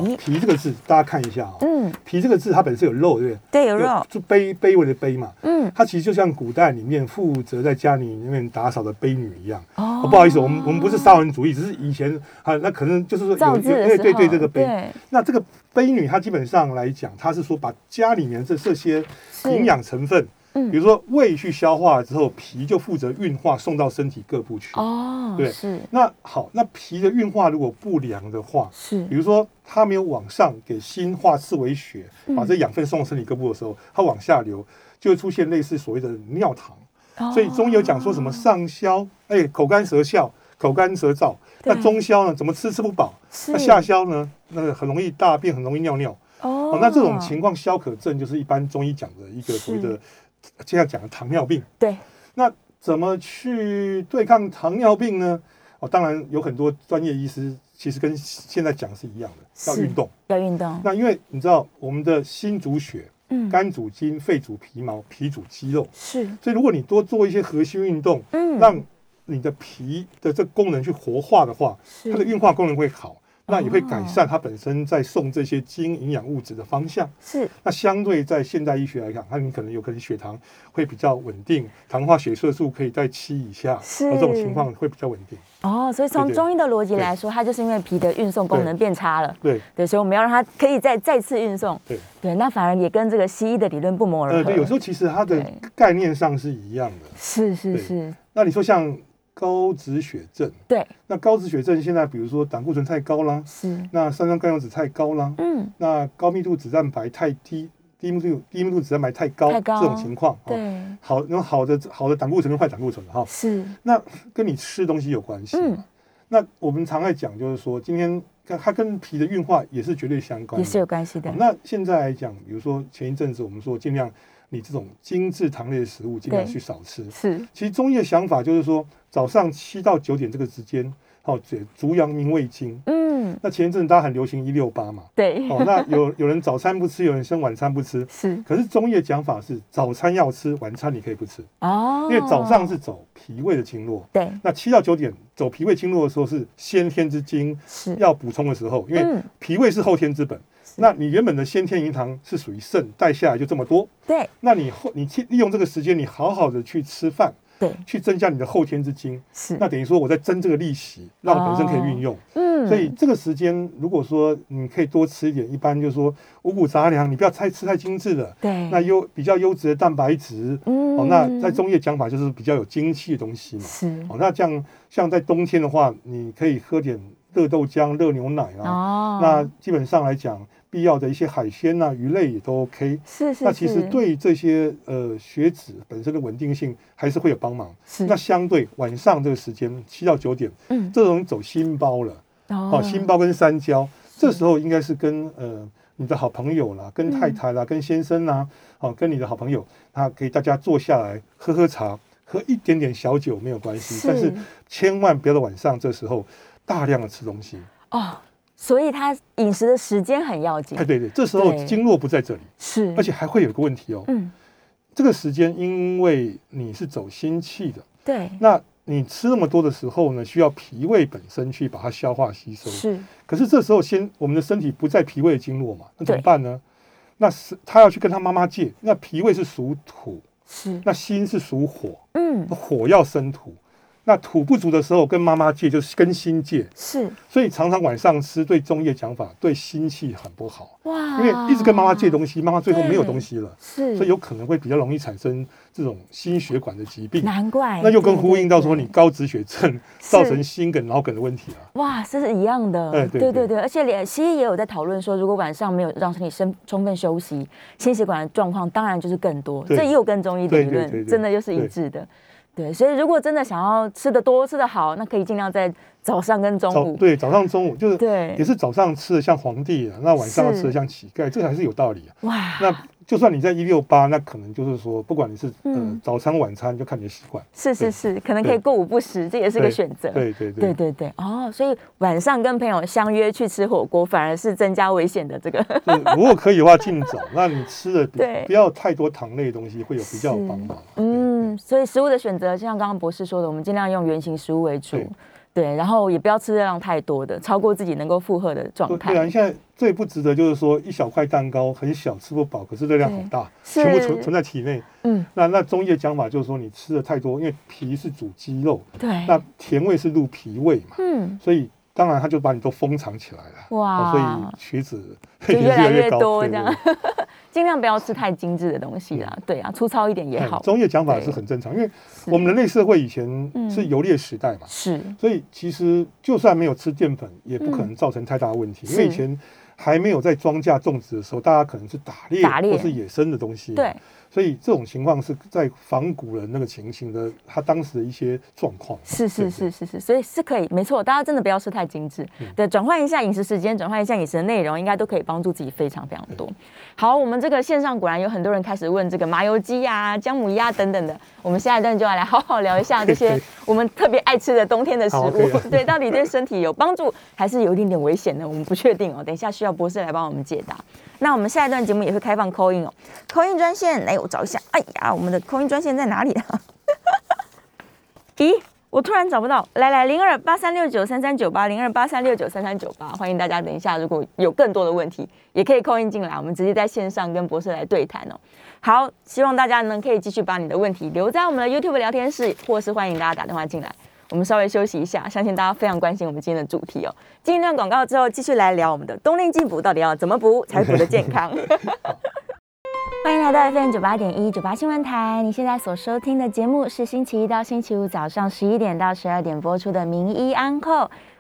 [SPEAKER 2] 脾，
[SPEAKER 3] 脾这个字，大家看一下啊、
[SPEAKER 2] 嗯，
[SPEAKER 3] 脾这个字它本身有肉，对不对？
[SPEAKER 2] 对，有肉，
[SPEAKER 3] 就卑卑微的卑嘛，
[SPEAKER 2] 嗯，
[SPEAKER 3] 它其实就像古代里面负责在家里面打扫的卑女一样。
[SPEAKER 2] 哦
[SPEAKER 3] 哦不好意思，我们我们不是沙文主义，只是以前啊，那可能就是说
[SPEAKER 2] 造
[SPEAKER 3] 有
[SPEAKER 2] 字的
[SPEAKER 3] 有
[SPEAKER 2] 时候，
[SPEAKER 3] 对对对这个卑。
[SPEAKER 2] 对，
[SPEAKER 3] 那这个卑女，她基本上来讲，她是说把家里面这这些
[SPEAKER 2] 是
[SPEAKER 3] 营，养成分，
[SPEAKER 2] 嗯
[SPEAKER 3] 比如说胃去消化之后，脾就负责运化送到身体各部去。
[SPEAKER 2] 哦，
[SPEAKER 3] 对
[SPEAKER 2] 是
[SPEAKER 3] 那好，那脾的运化如果不良的话，
[SPEAKER 2] 是
[SPEAKER 3] 比如说它没有往上给心化刺为血，把
[SPEAKER 2] 嗯
[SPEAKER 3] 这养分送到身体各部的时候，它往下流，就会出现类似所谓的尿糖。
[SPEAKER 2] 哦
[SPEAKER 3] 所以中医有讲说什么上消，哎，口干舌燥，口干舌燥。
[SPEAKER 2] 对
[SPEAKER 3] 那中消呢，怎么吃吃不饱？
[SPEAKER 2] 是
[SPEAKER 3] 那下消呢，那个很容易大便，很容易尿尿。
[SPEAKER 2] 哦
[SPEAKER 3] 哦，那这种情况消渴症就是一般中医讲的一个所谓的，现在讲的糖尿病。
[SPEAKER 2] 对
[SPEAKER 3] 那怎么去对抗糖尿病呢？哦，当然有很多专业医师其实跟现在讲是一样的，要
[SPEAKER 2] 是
[SPEAKER 3] 运动。
[SPEAKER 2] 要运动，
[SPEAKER 3] 那因为你知道我们的心主血，
[SPEAKER 2] 嗯，
[SPEAKER 3] 肝主筋，肺主皮毛，脾主肌肉，
[SPEAKER 2] 是
[SPEAKER 3] 所以如果你多做一些核心运动，
[SPEAKER 2] 嗯
[SPEAKER 3] 让你的脾的这功能去活化的话，
[SPEAKER 2] 是
[SPEAKER 3] 它的运化功能会好，那也会改
[SPEAKER 2] 哦
[SPEAKER 3] 善它本身在送这些精营养物质的方向。
[SPEAKER 2] 是
[SPEAKER 3] 那相对在现代医学来讲，它你可能有可能血糖会比较稳定，糖化血色素可以在七以下，
[SPEAKER 2] 是
[SPEAKER 3] 那这种情况会比较稳定。
[SPEAKER 2] 哦，所以从
[SPEAKER 3] 对对
[SPEAKER 2] 中医的逻辑来说，它就是因为脾的运送功能变差了。
[SPEAKER 3] 对，
[SPEAKER 2] 对，所以我们要让它可以再再次运送。
[SPEAKER 3] 对
[SPEAKER 2] 对，那反而也跟这个西医的理论不谋而
[SPEAKER 3] 呃，
[SPEAKER 2] 合。
[SPEAKER 3] 对，有时候其实它的
[SPEAKER 2] 对
[SPEAKER 3] 概念上是一样的。
[SPEAKER 2] 是是
[SPEAKER 3] 对
[SPEAKER 2] 是，
[SPEAKER 3] 那你说像高脂血症，
[SPEAKER 2] 对
[SPEAKER 3] 那高脂血症现在比如说胆固醇太高啦，
[SPEAKER 2] 是，
[SPEAKER 3] 那三酸甘油酯太高啦，
[SPEAKER 2] 嗯
[SPEAKER 3] 那高密度脂蛋白太低，低密度低密度脂蛋白太高
[SPEAKER 2] 太高
[SPEAKER 3] 这种情况，哦、
[SPEAKER 2] 对
[SPEAKER 3] 好，那好的好的胆固醇跟坏胆固醇哈、
[SPEAKER 2] 是
[SPEAKER 3] 那跟你吃东西有关系嘛。
[SPEAKER 2] 嗯
[SPEAKER 3] 那我们常爱讲，就是说，今天跟它跟脾的运化也是绝对相关
[SPEAKER 2] 也
[SPEAKER 3] 的。
[SPEAKER 2] 是有关系的
[SPEAKER 3] 好。那现在来讲，比如说前一阵子我们说，尽量你这种精致糖类的食物尽量
[SPEAKER 2] 对
[SPEAKER 3] 去少吃。
[SPEAKER 2] 是
[SPEAKER 3] 其实中医的想法就是说，早上七到九点这个时间，好、哦，足阳明胃经。
[SPEAKER 2] 嗯
[SPEAKER 3] 那前一阵子大家很流行一六八嘛，
[SPEAKER 2] 对
[SPEAKER 3] 哦，那有有人早餐不吃，有人生晚餐不吃。
[SPEAKER 2] 是
[SPEAKER 3] 可是中医的讲法是，早餐要吃，晚餐你可以不吃，
[SPEAKER 2] 哦
[SPEAKER 3] 因，为早上是走脾胃的经络。
[SPEAKER 2] 对
[SPEAKER 3] 那七到九点走脾胃经络的时候是先天之精
[SPEAKER 2] 是
[SPEAKER 3] 要补充的时候，因为
[SPEAKER 2] 嗯
[SPEAKER 3] 脾胃是后天之本。那你原本的先天银糖是属于肾带下来就这么多，
[SPEAKER 2] 对
[SPEAKER 3] 那你后你去利用这个时间，你好好的去吃饭，
[SPEAKER 2] 对
[SPEAKER 3] 去增加你的后天之精。
[SPEAKER 2] 是
[SPEAKER 3] 那等于说我在增这个利息，让我本身可以运用。
[SPEAKER 2] 嗯
[SPEAKER 3] 所以这个时间如果说你可以多吃一点，一般就是说五谷杂粮，你不要太吃太精致的。
[SPEAKER 2] 对
[SPEAKER 3] 那优比较优质的蛋白质，
[SPEAKER 2] 嗯
[SPEAKER 3] 哦，那在中医的讲法就是比较有精气的东西嘛。
[SPEAKER 2] 是
[SPEAKER 3] 哦，那这样像在冬天的话，你可以喝点热豆浆、热牛奶啊。
[SPEAKER 2] 哦
[SPEAKER 3] 那基本上来讲，必要的一些海鲜啊、鱼类也都 OK。
[SPEAKER 2] 是是，
[SPEAKER 3] 那其实
[SPEAKER 2] 是
[SPEAKER 3] 对这些呃血脂本身的稳定性还是会有帮忙。
[SPEAKER 2] 是
[SPEAKER 3] 那相对晚上这个时间七到九点，
[SPEAKER 2] 嗯
[SPEAKER 3] 这种走心包了，
[SPEAKER 2] 哦
[SPEAKER 3] 哦，心包跟三焦，这时候应该是嗯跟呃你的好朋友啦、跟太太啦、跟先生啦，哦，跟你的好朋友，那可以大家坐下来喝喝茶，喝一点点小酒没有关系，但是千万不要在晚上这时候大量的吃东西。
[SPEAKER 2] 哦，所以他饮食的时间很要紧
[SPEAKER 3] 哎，，对对，嗯这时候
[SPEAKER 2] 对
[SPEAKER 3] 经络不在这里，
[SPEAKER 2] 是，
[SPEAKER 3] 而且还会有一个问题哦，
[SPEAKER 2] 嗯，
[SPEAKER 3] 这个时间因为你是走心气的，
[SPEAKER 2] 对，
[SPEAKER 3] 那你吃那么多的时候呢，需要脾胃本身去把它消化吸收。
[SPEAKER 2] 是
[SPEAKER 3] 可是这时候先我们的身体不在脾胃的经络嘛，那怎么
[SPEAKER 2] 对
[SPEAKER 3] 办呢？那是他要去跟他妈妈借，那脾胃是属土，
[SPEAKER 2] 是，
[SPEAKER 3] 那心是属火，
[SPEAKER 2] 嗯，
[SPEAKER 3] 火要生土。那土不足的时候，跟妈妈借就是跟心借，
[SPEAKER 2] 是，
[SPEAKER 3] 所以常常晚上吃，对中医的讲法，对心气很不好，
[SPEAKER 2] 哇，
[SPEAKER 3] 因为一直跟妈妈借东
[SPEAKER 2] 啊
[SPEAKER 3] 西，妈妈最后没有东西了，
[SPEAKER 2] 是，
[SPEAKER 3] 所以有可能会比较容易产生这种心血管的疾病。
[SPEAKER 2] 难怪，
[SPEAKER 3] 那又跟
[SPEAKER 2] 对
[SPEAKER 3] 呼应到说，你
[SPEAKER 2] 对
[SPEAKER 3] 高脂血症
[SPEAKER 2] 是
[SPEAKER 3] 造成心梗、脑梗的问题啊。
[SPEAKER 2] 对哇，这是一样的，
[SPEAKER 3] 哎对
[SPEAKER 2] 对对
[SPEAKER 3] 对
[SPEAKER 2] 对，而且连西医也有在讨论说，如果晚上没有让身体生充分休息，心血管的状况当然就是更多，
[SPEAKER 3] 对
[SPEAKER 2] 这也有跟中医
[SPEAKER 3] 对
[SPEAKER 2] 理
[SPEAKER 3] 对对
[SPEAKER 2] 论
[SPEAKER 3] 对
[SPEAKER 2] 真的就是一
[SPEAKER 3] 对
[SPEAKER 2] 致的。对，所以如果真的想要吃得多、吃得好，那可以尽量在早上跟中
[SPEAKER 3] 早
[SPEAKER 2] 午。
[SPEAKER 3] 对早上、中午就是
[SPEAKER 2] 对
[SPEAKER 3] 也是早上吃的像皇帝啊，那晚上要
[SPEAKER 2] 是
[SPEAKER 3] 吃的像乞丐，这个还是有道理啊。
[SPEAKER 2] 哇，
[SPEAKER 3] 那就算你在一六八，那可能就是说，不管你是呃
[SPEAKER 2] 嗯
[SPEAKER 3] 早餐、晚餐，就看你的习惯。
[SPEAKER 2] 是是
[SPEAKER 3] 对
[SPEAKER 2] 是，可能可以
[SPEAKER 3] 对
[SPEAKER 2] 过午不食，这也是个
[SPEAKER 3] 对
[SPEAKER 2] 选择。
[SPEAKER 3] 对对
[SPEAKER 2] 对
[SPEAKER 3] 对
[SPEAKER 2] 对对，哦，所以晚上跟朋友相约去吃火锅，反而是增加危险的这个。
[SPEAKER 3] 就是如果可以的话，尽早。那你吃的比
[SPEAKER 2] 对
[SPEAKER 3] 不要太多糖类的东西，会有比较有帮忙。
[SPEAKER 2] 嗯，所以食物的选择，就像刚刚博士说的，我们尽量用原型食物为主
[SPEAKER 3] 对，
[SPEAKER 2] 对，然后也不要吃热量太多的，超过自己能够负荷的状
[SPEAKER 3] 对对啊，
[SPEAKER 2] 态。
[SPEAKER 3] 你现在最不值得就是说一小块蛋糕很小，吃不饱，可是热量很大，
[SPEAKER 2] 对
[SPEAKER 3] 全部
[SPEAKER 2] 是
[SPEAKER 3] 存存在体内。
[SPEAKER 2] 嗯，
[SPEAKER 3] 那那中医的讲法就是说，你吃的太多，因为皮是主肌肉，
[SPEAKER 2] 对，
[SPEAKER 3] 那甜味是入脾胃嘛，
[SPEAKER 2] 嗯，
[SPEAKER 3] 所以当然它就把你都封藏起来了。
[SPEAKER 2] 哇
[SPEAKER 3] 啊所以血脂
[SPEAKER 2] 就
[SPEAKER 3] 也是
[SPEAKER 2] 越来越
[SPEAKER 3] 高
[SPEAKER 2] 多
[SPEAKER 3] 对
[SPEAKER 2] 这
[SPEAKER 3] 对
[SPEAKER 2] 样
[SPEAKER 3] 对
[SPEAKER 2] 尽量不要吃太精致的东西啦，对啊，粗糙一点也
[SPEAKER 3] 嗯 哎
[SPEAKER 2] 好。
[SPEAKER 3] 中医的讲法
[SPEAKER 2] 对
[SPEAKER 3] 是很正常，因为
[SPEAKER 2] 是
[SPEAKER 3] 我们人类社会以前
[SPEAKER 2] 嗯
[SPEAKER 3] 是游猎时代嘛，
[SPEAKER 2] 是
[SPEAKER 3] 所以其实就算没有吃淀粉，也不可能造成太大的问题，
[SPEAKER 2] 嗯
[SPEAKER 3] 因为以
[SPEAKER 2] 是
[SPEAKER 3] 前还没有在庄稼种植的时候，大家可能是打猎
[SPEAKER 2] 打猎
[SPEAKER 3] 或是野生的东西，
[SPEAKER 2] 对，
[SPEAKER 3] 所以这种情况是在仿古人那个情形的，他当时的一些状况，
[SPEAKER 2] 是是
[SPEAKER 3] 对
[SPEAKER 2] 是是是，所以是可以，没错，大家真的不要吃太精致，对，转换一下饮食时间，转换一下饮食的内容，应该都可以帮助自己非常非常多。好，我们这个线上果然有很多人开始问这个麻油鸡呀、姜母鸭等等的，我们下一段就要来好好聊一下这些我们特别爱吃的冬天的食
[SPEAKER 3] 好
[SPEAKER 2] 物
[SPEAKER 3] ，OK 啊，
[SPEAKER 2] 对，到底对身体有帮助还是有一点点危险呢？我们不确定哦，等一下需要博士来帮我们解答。那我们下一段节目也会开放 call in 哦，call in 专线，哎，我找一下，哎呀，我们的 call in 专线在哪里啊？咦，我突然找不到，来来零二八三六九三三九八零二八三六九三三九八，欢迎大家等一下，如果有更多的问题，也可以扣音进来，我们直接在线上跟博士来对谈哦。好，希望大家呢可以继续把你的问题留在我们的 YouTube 聊天室，或是欢迎大家打电话进来。我们稍微休息一下，相信大家非常关心我们今天的主题哦。进一段广告之后，继续来聊我们的冬令进补到底要怎么补才补的健康。 欢迎来到 FM 九八点一九八新闻台，你现在所收听的节目是星期一到星期五早上十一点到十二点播出的《名医安扣》，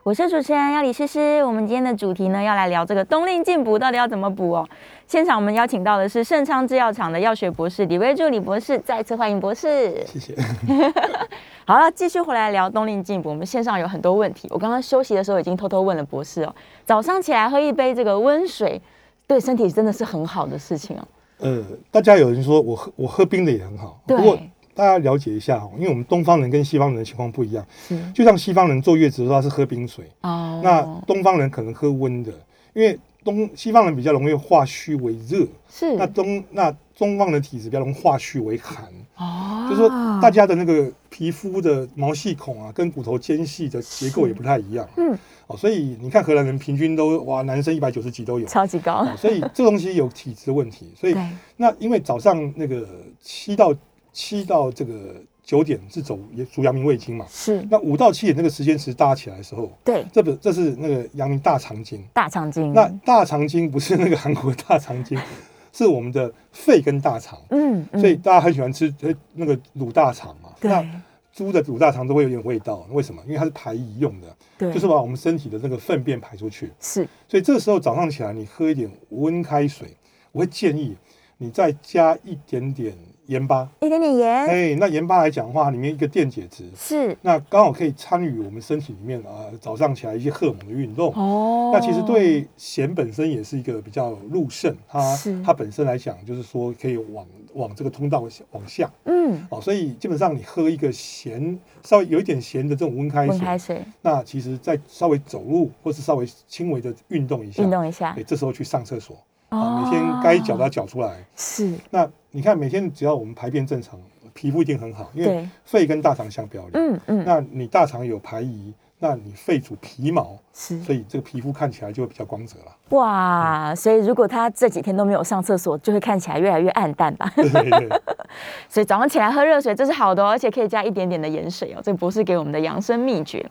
[SPEAKER 2] 我是主持人要李诗诗。我们今天的主题呢，要来聊这个冬令进补到底要怎么补哦。现场我们邀请到的是盛昌制药厂的药学博士李威柱李博士，再次欢迎博士。
[SPEAKER 3] 谢谢。
[SPEAKER 2] 好了，继续回来聊冬令进补。我们线上有很多问题，我刚刚休息的时候已经偷偷问了博士哦。早上起来喝一杯这个温水，对身体真的是很好的事情哦。
[SPEAKER 3] 呃，大家有人说我喝我喝冰的也很好，
[SPEAKER 2] 对
[SPEAKER 3] 不过大家了解一下哈，因为我们东方人跟西方人的情况不一样
[SPEAKER 2] 是，
[SPEAKER 3] 就像西方人坐月子的时候他是喝冰水，
[SPEAKER 2] 哦，
[SPEAKER 3] 那东方人可能喝温的，因为东西方人比较容易化虚为热，
[SPEAKER 2] 是
[SPEAKER 3] 那东那中方人体质比较容易化虚为寒，
[SPEAKER 2] 哦，
[SPEAKER 3] 就是说大家的那个皮肤的毛细孔啊，跟骨头间隙的结构也不太一样，
[SPEAKER 2] 嗯，
[SPEAKER 3] 哦，所以你看荷兰人平均都哇，男生一百九十几都有。
[SPEAKER 2] 超级高，
[SPEAKER 3] 哦所以这东西有体质问题，所以那因为早上那个七到七到这个九点是走也属阳明胃经嘛，
[SPEAKER 2] 是，
[SPEAKER 3] 那五到七点那个时间其实大家起来的时候，
[SPEAKER 2] 对，
[SPEAKER 3] 这不这是那个阳明大肠经，
[SPEAKER 2] 大肠经，
[SPEAKER 3] 那大肠经不是那个韩国的大肠经， 是我们的肺跟大肠，
[SPEAKER 2] 嗯，嗯
[SPEAKER 3] 所以大家很喜欢吃呃那个卤大肠嘛，那
[SPEAKER 2] 对
[SPEAKER 3] 猪的卤大肠都会有点味道，为什么？因为它是排遗用的，
[SPEAKER 2] 对，
[SPEAKER 3] 就是把我们身体的那个粪便排出去。
[SPEAKER 2] 是
[SPEAKER 3] 所以这时候早上起来，你喝一点温开水，我会建议你再加一点点盐巴。
[SPEAKER 2] 一点点盐，
[SPEAKER 3] 哎，那盐巴来讲的话，里面一个电解质，
[SPEAKER 2] 是
[SPEAKER 3] 那刚好可以参与我们身体里面啊、呃早上起来一些荷尔蒙的运动。
[SPEAKER 2] 哦，
[SPEAKER 3] 那其实对咸本身也是一个比较入肾，它
[SPEAKER 2] 是
[SPEAKER 3] 它本身来讲就是说可以往往这个通道往下
[SPEAKER 2] 嗯，
[SPEAKER 3] 哦，所以基本上你喝一个咸稍微有一点咸的这种温开
[SPEAKER 2] 温
[SPEAKER 3] 水，
[SPEAKER 2] 开水
[SPEAKER 3] 那其实再稍微走路或是稍微轻微的运动一下，
[SPEAKER 2] 运动一下
[SPEAKER 3] 哎，，这时候去上厕所
[SPEAKER 2] 哦
[SPEAKER 3] 啊，每天该缴的要缴出来。
[SPEAKER 2] 是，
[SPEAKER 3] 那你看，每天只要我们排便正常，皮肤一定很好，因为
[SPEAKER 2] 对
[SPEAKER 3] 肺跟大肠相表里。
[SPEAKER 2] 嗯嗯，
[SPEAKER 3] 那你大肠有排遗，那你肺主皮毛，
[SPEAKER 2] 是
[SPEAKER 3] 所以这个皮肤看起来就会比较光泽了。
[SPEAKER 2] 哇，所以如果他这几天都没有上厕所，就会看起来越来越暗淡吧。
[SPEAKER 3] 对对对，
[SPEAKER 2] 所以早上起来喝热水这是好的、哦，而且可以加一点点的盐水哦。这博士给我们的养生秘诀。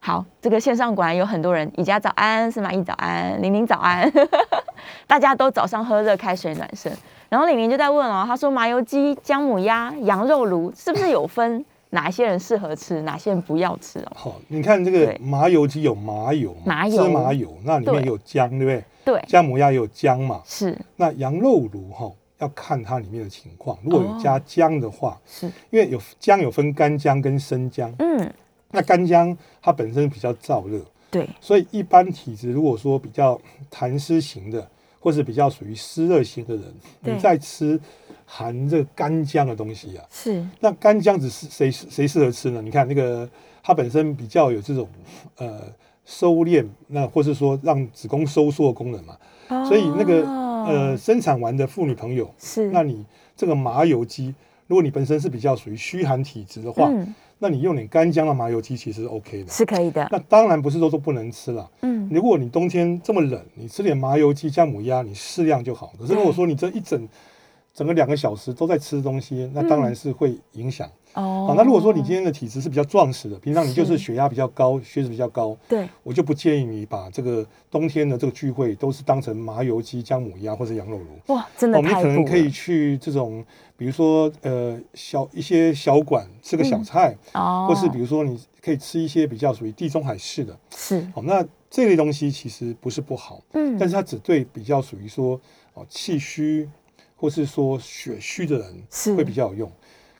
[SPEAKER 2] 好，这个线上果然有很多人，宜家早安，司马懿早安，玲玲早安， 大家都早上喝热开水暖身。然后玲玲就在问哦，她说麻油鸡、姜母鸭、羊肉炉是不是有分哪些人适合吃，哪些人不要吃哦？
[SPEAKER 3] 好，你看这个
[SPEAKER 2] 对
[SPEAKER 3] 麻油鸡有麻油嘛，
[SPEAKER 2] 麻油
[SPEAKER 3] 芝麻油，那里面
[SPEAKER 2] 对
[SPEAKER 3] 有姜，对不对？
[SPEAKER 2] 对，
[SPEAKER 3] 姜母鸭也有姜嘛，
[SPEAKER 2] 是
[SPEAKER 3] 那羊肉炉哈、要看它里面的情况，如果
[SPEAKER 2] 哦
[SPEAKER 3] 有加姜的话，
[SPEAKER 2] 是，
[SPEAKER 3] 因为有姜有分干姜跟生姜，
[SPEAKER 2] 嗯，
[SPEAKER 3] 那干姜它本身比较燥热，
[SPEAKER 2] 对，
[SPEAKER 3] 所以一般体质如果说比较痰湿型的，或是比较属于湿热型的人，
[SPEAKER 2] 对
[SPEAKER 3] 你在吃含这个干姜的东西啊，
[SPEAKER 2] 是
[SPEAKER 3] 那干姜子是谁谁适合吃呢？你看那个它本身比较有这种呃收敛，那或是说让子宫收缩的功能嘛，所以那个
[SPEAKER 2] 哦
[SPEAKER 3] 呃生产完的妇女朋友，
[SPEAKER 2] 是
[SPEAKER 3] 那你这个麻油鸡，如果你本身是比较属于虚寒体质的话，
[SPEAKER 2] 嗯
[SPEAKER 3] 那你用点干姜的麻油鸡其实是 OK 的。
[SPEAKER 2] 是可以的，
[SPEAKER 3] 那当然不是说都不能吃了。
[SPEAKER 2] 嗯，
[SPEAKER 3] 如果你冬天这么冷，你吃点麻油鸡、姜母鸭，你适量就好。可是如果说你这一整整个两个小时都在吃东西，那当然是会影响。
[SPEAKER 2] 哦
[SPEAKER 3] 好，那如果说你今天的体质是比较壮实的，平常你就是
[SPEAKER 2] 是
[SPEAKER 3] 血压比较高、血脂比较高，
[SPEAKER 2] 对
[SPEAKER 3] 我就不建议你把这个冬天的这个聚会都是当成麻油鸡、姜母鸭或者羊肉炉。
[SPEAKER 2] 哇，真
[SPEAKER 3] 哦我
[SPEAKER 2] 的
[SPEAKER 3] 们
[SPEAKER 2] 太
[SPEAKER 3] 可能
[SPEAKER 2] 补
[SPEAKER 3] 可以
[SPEAKER 2] 了
[SPEAKER 3] 去这种，比如说呃小一些小馆吃个小菜，
[SPEAKER 2] 哦，
[SPEAKER 3] 或是比如说你可以吃一些比较属于地中海式的。
[SPEAKER 2] 是
[SPEAKER 3] 好，哦那这类东西其实不是不好，
[SPEAKER 2] 嗯
[SPEAKER 3] 但是它只对比较属于说哦气虚或是说血虚的人
[SPEAKER 2] 是
[SPEAKER 3] 会比较有用。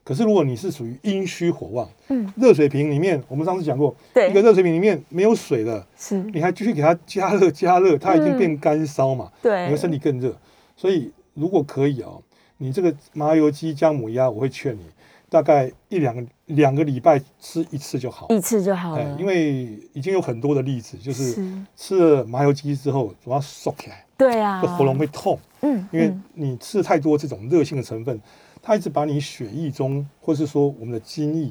[SPEAKER 3] 可是如果你是属于阴虚火旺，
[SPEAKER 2] 嗯，
[SPEAKER 3] 热水瓶里面我们上次讲过，
[SPEAKER 2] 对
[SPEAKER 3] 一个热水瓶里面没有水了，
[SPEAKER 2] 是
[SPEAKER 3] 你还继续给它加热加热，它已经
[SPEAKER 2] 嗯
[SPEAKER 3] 变干烧嘛，
[SPEAKER 2] 对，
[SPEAKER 3] 你会身体更热。所以如果可以哦，你这个麻油鸡、姜母鸭，我会劝你大概一两个两个礼拜吃一次就好。
[SPEAKER 2] 一次就好
[SPEAKER 3] 哎
[SPEAKER 2] 了，，
[SPEAKER 3] 因为已经有很多的例子，就是
[SPEAKER 2] 是
[SPEAKER 3] 吃了麻油鸡之后，主要缩起来，
[SPEAKER 2] 对啊，
[SPEAKER 3] 这喉咙会痛，
[SPEAKER 2] 嗯，
[SPEAKER 3] 因为
[SPEAKER 2] 嗯
[SPEAKER 3] 你吃了太多这种热性的成分，它一直把你血液中，或是说我们的精液，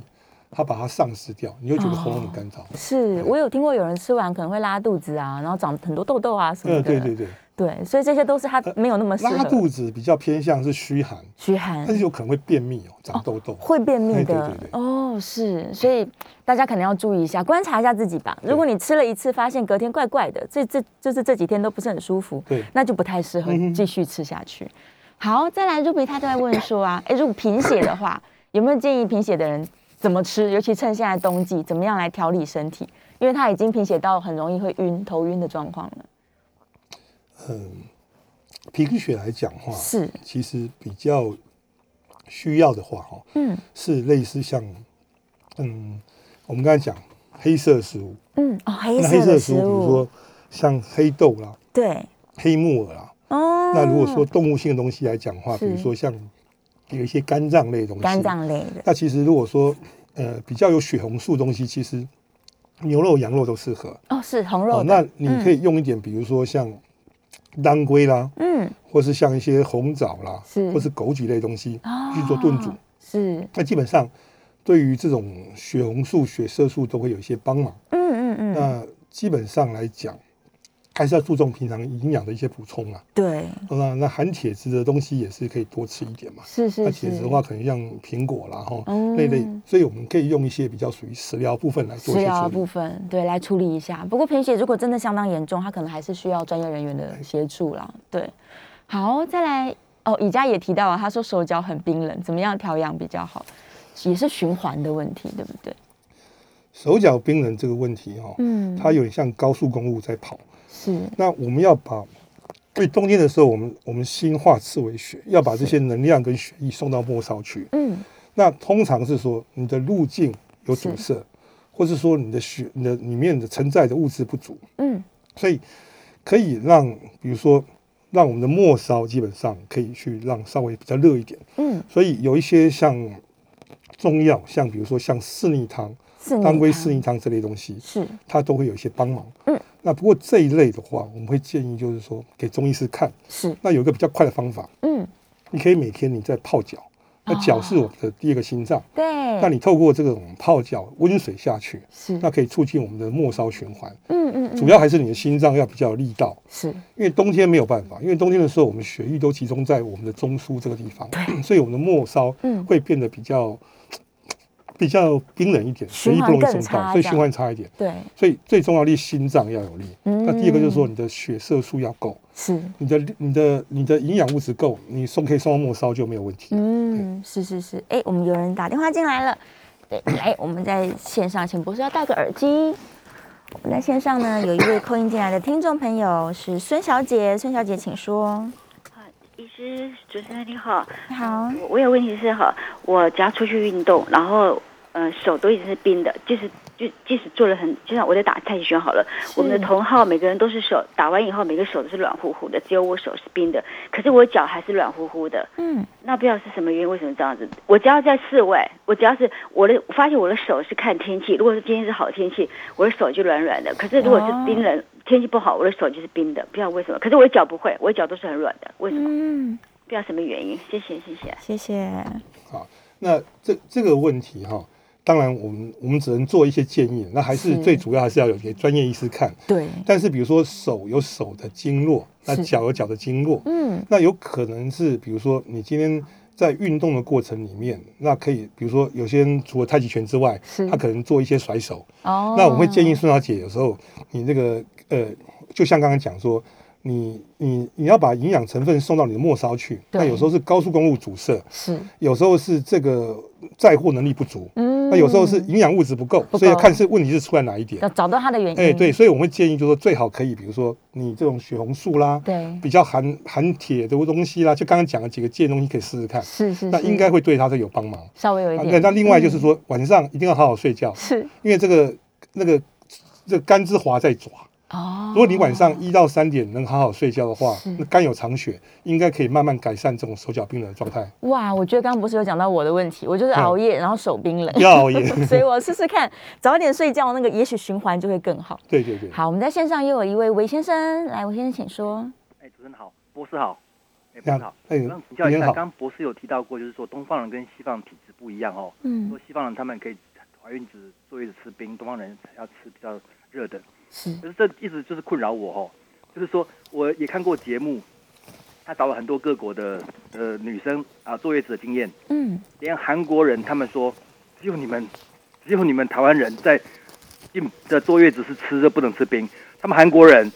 [SPEAKER 3] 它把它丧失掉，你就觉得喉咙很干燥。
[SPEAKER 2] 哦
[SPEAKER 3] 嗯哎
[SPEAKER 2] 是我有听过有人吃完可能会拉肚子啊，然后长很多痘痘啊什么
[SPEAKER 3] 呃，
[SPEAKER 2] 的，
[SPEAKER 3] 对对对，
[SPEAKER 2] 对所以这些都是他嗯没有那么适合
[SPEAKER 3] 拉肚子比较偏向是虚寒，
[SPEAKER 2] 虚寒
[SPEAKER 3] 但。是有可能会便秘哦，长痘痘。
[SPEAKER 2] 会便秘
[SPEAKER 3] 哎对
[SPEAKER 2] 的
[SPEAKER 3] 对对
[SPEAKER 2] 哦，是，所以大家可能要注意一下，观察一下自己吧。如果你吃了一次，发现隔天怪怪的，这这就是这几天都不是很舒服，
[SPEAKER 3] 对
[SPEAKER 2] 那就不太适合
[SPEAKER 3] 嗯哼
[SPEAKER 2] 继续吃下去。好，再来 Ruby 他就在问说啊， 哎，如果贫血的话，有没有建议贫血的人怎么吃？尤其趁现在冬季，怎么样来调理身体？因为他已经贫血到很容易会晕、头晕的状况了。
[SPEAKER 3] 嗯，贫血来讲话，
[SPEAKER 2] 是，
[SPEAKER 3] 其实比较需要的话，哦哈，
[SPEAKER 2] 嗯
[SPEAKER 3] 是类似像，嗯，我们刚才讲黑色食物，
[SPEAKER 2] 嗯，哦，黑
[SPEAKER 3] 那
[SPEAKER 2] 色
[SPEAKER 3] 黑色
[SPEAKER 2] 的
[SPEAKER 3] 的
[SPEAKER 2] 食
[SPEAKER 3] 食物，比如
[SPEAKER 2] 物，
[SPEAKER 3] 说像黑豆啦、
[SPEAKER 2] 对，
[SPEAKER 3] 黑木耳啦。
[SPEAKER 2] 哦，
[SPEAKER 3] 那如果说动物性的东西来讲的话，
[SPEAKER 2] 是
[SPEAKER 3] 比如说像有一些肝脏类的东西，
[SPEAKER 2] 肝，脏类的，
[SPEAKER 3] 那其实如果说呃比较有血红素的东西，其实牛肉、羊肉都适合。
[SPEAKER 2] 哦，是红肉的，
[SPEAKER 3] 那你可以用一点，比如说像当归啦，
[SPEAKER 2] 嗯，
[SPEAKER 3] 或是像一些红枣啦，
[SPEAKER 2] 是
[SPEAKER 3] 或是枸杞类东西
[SPEAKER 2] 哦
[SPEAKER 3] 去做炖煮。
[SPEAKER 2] 是，
[SPEAKER 3] 那基本上对于这种血红素、血色素都会有一些帮忙。
[SPEAKER 2] 嗯嗯嗯，
[SPEAKER 3] 那基本上来讲，还是要注重平常营养的一些补充啊。
[SPEAKER 2] 对，
[SPEAKER 3] 那那含铁质的东西也是可以多吃一点嘛。
[SPEAKER 2] 是是
[SPEAKER 3] 那
[SPEAKER 2] 是，
[SPEAKER 3] 铁质的话，可能像苹果啦，哈、
[SPEAKER 2] 嗯
[SPEAKER 3] 那类，所以我们可以用一些比较属于食疗部分来做
[SPEAKER 2] 食
[SPEAKER 3] 一些
[SPEAKER 2] 疗
[SPEAKER 3] 处
[SPEAKER 2] 的
[SPEAKER 3] 理
[SPEAKER 2] 部。分，对，来处理一下。不过贫血如果真的相当严重，他可能还是需要专业人员的协助啦。对，好，再来哦，以家也提到了，他说手脚很冰冷，怎么样调养比较好？也是循环的问题，对不对？
[SPEAKER 3] 手脚冰冷这个问题、哈、
[SPEAKER 2] 嗯
[SPEAKER 3] 它有点像高速公路在跑。
[SPEAKER 2] 是
[SPEAKER 3] 那我们要把，因为冬天的时候，我们我们心化刺为血，要把这些能量跟血液送到末梢去。
[SPEAKER 2] 嗯，
[SPEAKER 3] 那通常是说你的路径有阻塞，或是说你的血、你的里面的承载的物质不足，
[SPEAKER 2] 嗯，
[SPEAKER 3] 所以可以让，比如说让我们的末梢基本上可以去让稍微比较热一点。
[SPEAKER 2] 嗯，
[SPEAKER 3] 所以有一些像中药，像比如说像四逆汤、
[SPEAKER 2] 是你
[SPEAKER 3] 当归
[SPEAKER 2] 看
[SPEAKER 3] 四逆汤这类东西，
[SPEAKER 2] 是
[SPEAKER 3] 它都会有一些帮忙。
[SPEAKER 2] 嗯，
[SPEAKER 3] 那不过这一类的话，我们会建议就是说给中医师看。
[SPEAKER 2] 是，
[SPEAKER 3] 那有一个比较快的方法，
[SPEAKER 2] 嗯，
[SPEAKER 3] 啊你可以每天你在泡脚，那脚是我们的第二个心脏。
[SPEAKER 2] 对，
[SPEAKER 4] 对
[SPEAKER 3] 那你透过这种泡脚温水下去，
[SPEAKER 2] 是，
[SPEAKER 3] 那可以促进我们的末梢循环。
[SPEAKER 2] 嗯嗯嗯，
[SPEAKER 3] 主要还是你的心脏要比较有力道，
[SPEAKER 2] 是
[SPEAKER 3] 因为冬天没有办法，因为冬天的时候我们血液都集中在我们的中枢这个地方， 所以我们的末梢
[SPEAKER 2] 嗯
[SPEAKER 3] 会变得比较比较冰冷一点，血
[SPEAKER 2] 循
[SPEAKER 3] 液
[SPEAKER 2] 环
[SPEAKER 3] 不容易
[SPEAKER 2] 更
[SPEAKER 3] 冲
[SPEAKER 2] 差
[SPEAKER 3] 到，所以
[SPEAKER 2] 这
[SPEAKER 3] 循
[SPEAKER 2] 样
[SPEAKER 3] 环差一点。
[SPEAKER 2] 对，
[SPEAKER 3] 所以最重要的心脏要有力。
[SPEAKER 2] 嗯
[SPEAKER 3] 那第二个就是说你的血色素要够，
[SPEAKER 2] 是，
[SPEAKER 3] 你的你的你的营养物质够，你送可以送到末梢就没有问题。
[SPEAKER 2] 嗯，
[SPEAKER 4] 是是是，哎、我们有人打电话进来了， 对，哎、我们在线上，请博士要戴个耳机。我们在线上呢，有一位扣音进来的听众朋友是孙小姐，孙小姐请说。
[SPEAKER 5] 医师，主持人你好，
[SPEAKER 4] 好，
[SPEAKER 5] 我我有问题是哈，我只要出去运动，然后呃手都一直是冰的，即使就即使做了很，就像我在打太极拳好了，我们的同号每个人都是手打完以后，每个手都是软乎乎的，只有我手是冰的，可是我脚还是软乎乎的，
[SPEAKER 4] 嗯，
[SPEAKER 5] 那不知道是什么原因，为什么这样子？我只要在室外，我只要是我的，我发现我的手是看天气，如果是今天是好天气，我的手就软软的，可是如果
[SPEAKER 4] 哦
[SPEAKER 5] 是冰冷。天气不好，我的手就是冰的，不知道为什么。可是我的脚不会，我的脚都是很软的，为什么？
[SPEAKER 4] 嗯，
[SPEAKER 5] 不知道什么原因，谢谢谢谢。
[SPEAKER 4] 谢谢。
[SPEAKER 3] 那这这个问题哈、当然我们我们只能做一些建议，那还是
[SPEAKER 2] 是
[SPEAKER 3] 最主要还是要有给专业医师看。
[SPEAKER 2] 对，
[SPEAKER 3] 但是比如说手有手的经络，那
[SPEAKER 2] 是
[SPEAKER 3] 脚有脚的经络，
[SPEAKER 2] 嗯
[SPEAKER 3] 那有可能是比如说你今天。在运动的过程里面，那可以，比如说有些人除了太极拳之外
[SPEAKER 2] 是，
[SPEAKER 3] 他可能做一些甩手，
[SPEAKER 2] 哦，
[SPEAKER 3] 那我会建议孙小姐，有时候你那个呃，就像刚刚讲说，你你你要把营养成分送到你的末梢去。
[SPEAKER 2] 对
[SPEAKER 3] 那有时候是高速公路阻塞，
[SPEAKER 2] 是，
[SPEAKER 3] 有时候是这个载货能力不足，
[SPEAKER 2] 嗯
[SPEAKER 3] 那有时候是营养物质不够，
[SPEAKER 2] 不
[SPEAKER 3] 所以要
[SPEAKER 2] 够
[SPEAKER 3] 看是问题是出在哪一点
[SPEAKER 2] 要。找到它的原因，
[SPEAKER 3] 哎，对，，所以我们会建议就是说最好可以，比如说你这种血红素啦，
[SPEAKER 2] 对，
[SPEAKER 3] 比较含含铁的东西啦，就刚刚讲的几个戒东西可以试试看，
[SPEAKER 2] 是是，
[SPEAKER 3] 那
[SPEAKER 2] 是
[SPEAKER 3] 应该会对它是有帮忙。
[SPEAKER 2] 稍微有一
[SPEAKER 3] 啊
[SPEAKER 2] 点，
[SPEAKER 3] 那另外就是说晚上一定要好好睡觉，
[SPEAKER 2] 是
[SPEAKER 3] 因为这个那个这个肝之华在爪。
[SPEAKER 2] 哦
[SPEAKER 3] 如，果你晚上一到三点能好好睡觉的话
[SPEAKER 2] 是，
[SPEAKER 3] 那肝有藏血，应该可以慢慢改善这种手脚冰冷的状态。
[SPEAKER 2] 哇，我觉得刚刚不是有讲到我的问题，我就是熬夜，然后手冰冷，
[SPEAKER 3] 要也
[SPEAKER 2] 所以我试试看，早点睡觉，那个也许循环就会更好。
[SPEAKER 3] 对对对，
[SPEAKER 2] 好，我们在线上又有一位韦先生，来，韦先生请说。
[SPEAKER 6] 哎，主持人好，博士好，哎，博
[SPEAKER 3] 那
[SPEAKER 6] 士好，
[SPEAKER 3] 哎
[SPEAKER 6] 我想请教一
[SPEAKER 3] 您
[SPEAKER 6] 下，
[SPEAKER 3] 好
[SPEAKER 6] 刚刚博士有提到过，就是说东方人跟西方人体质不一样哦，
[SPEAKER 2] 嗯
[SPEAKER 6] 说西方人他们可以怀孕只坐月子吃冰，东方人要吃比较热的，
[SPEAKER 2] 是
[SPEAKER 6] 可是这一直就是困扰我哦，就是说我也看过节目，他找了很多各国的呃女生啊坐月子的经验，
[SPEAKER 2] 嗯，
[SPEAKER 6] 连韩国人他们说，只有你们，只有你们台湾人在进的坐月子是吃热不能吃冰，他们韩国人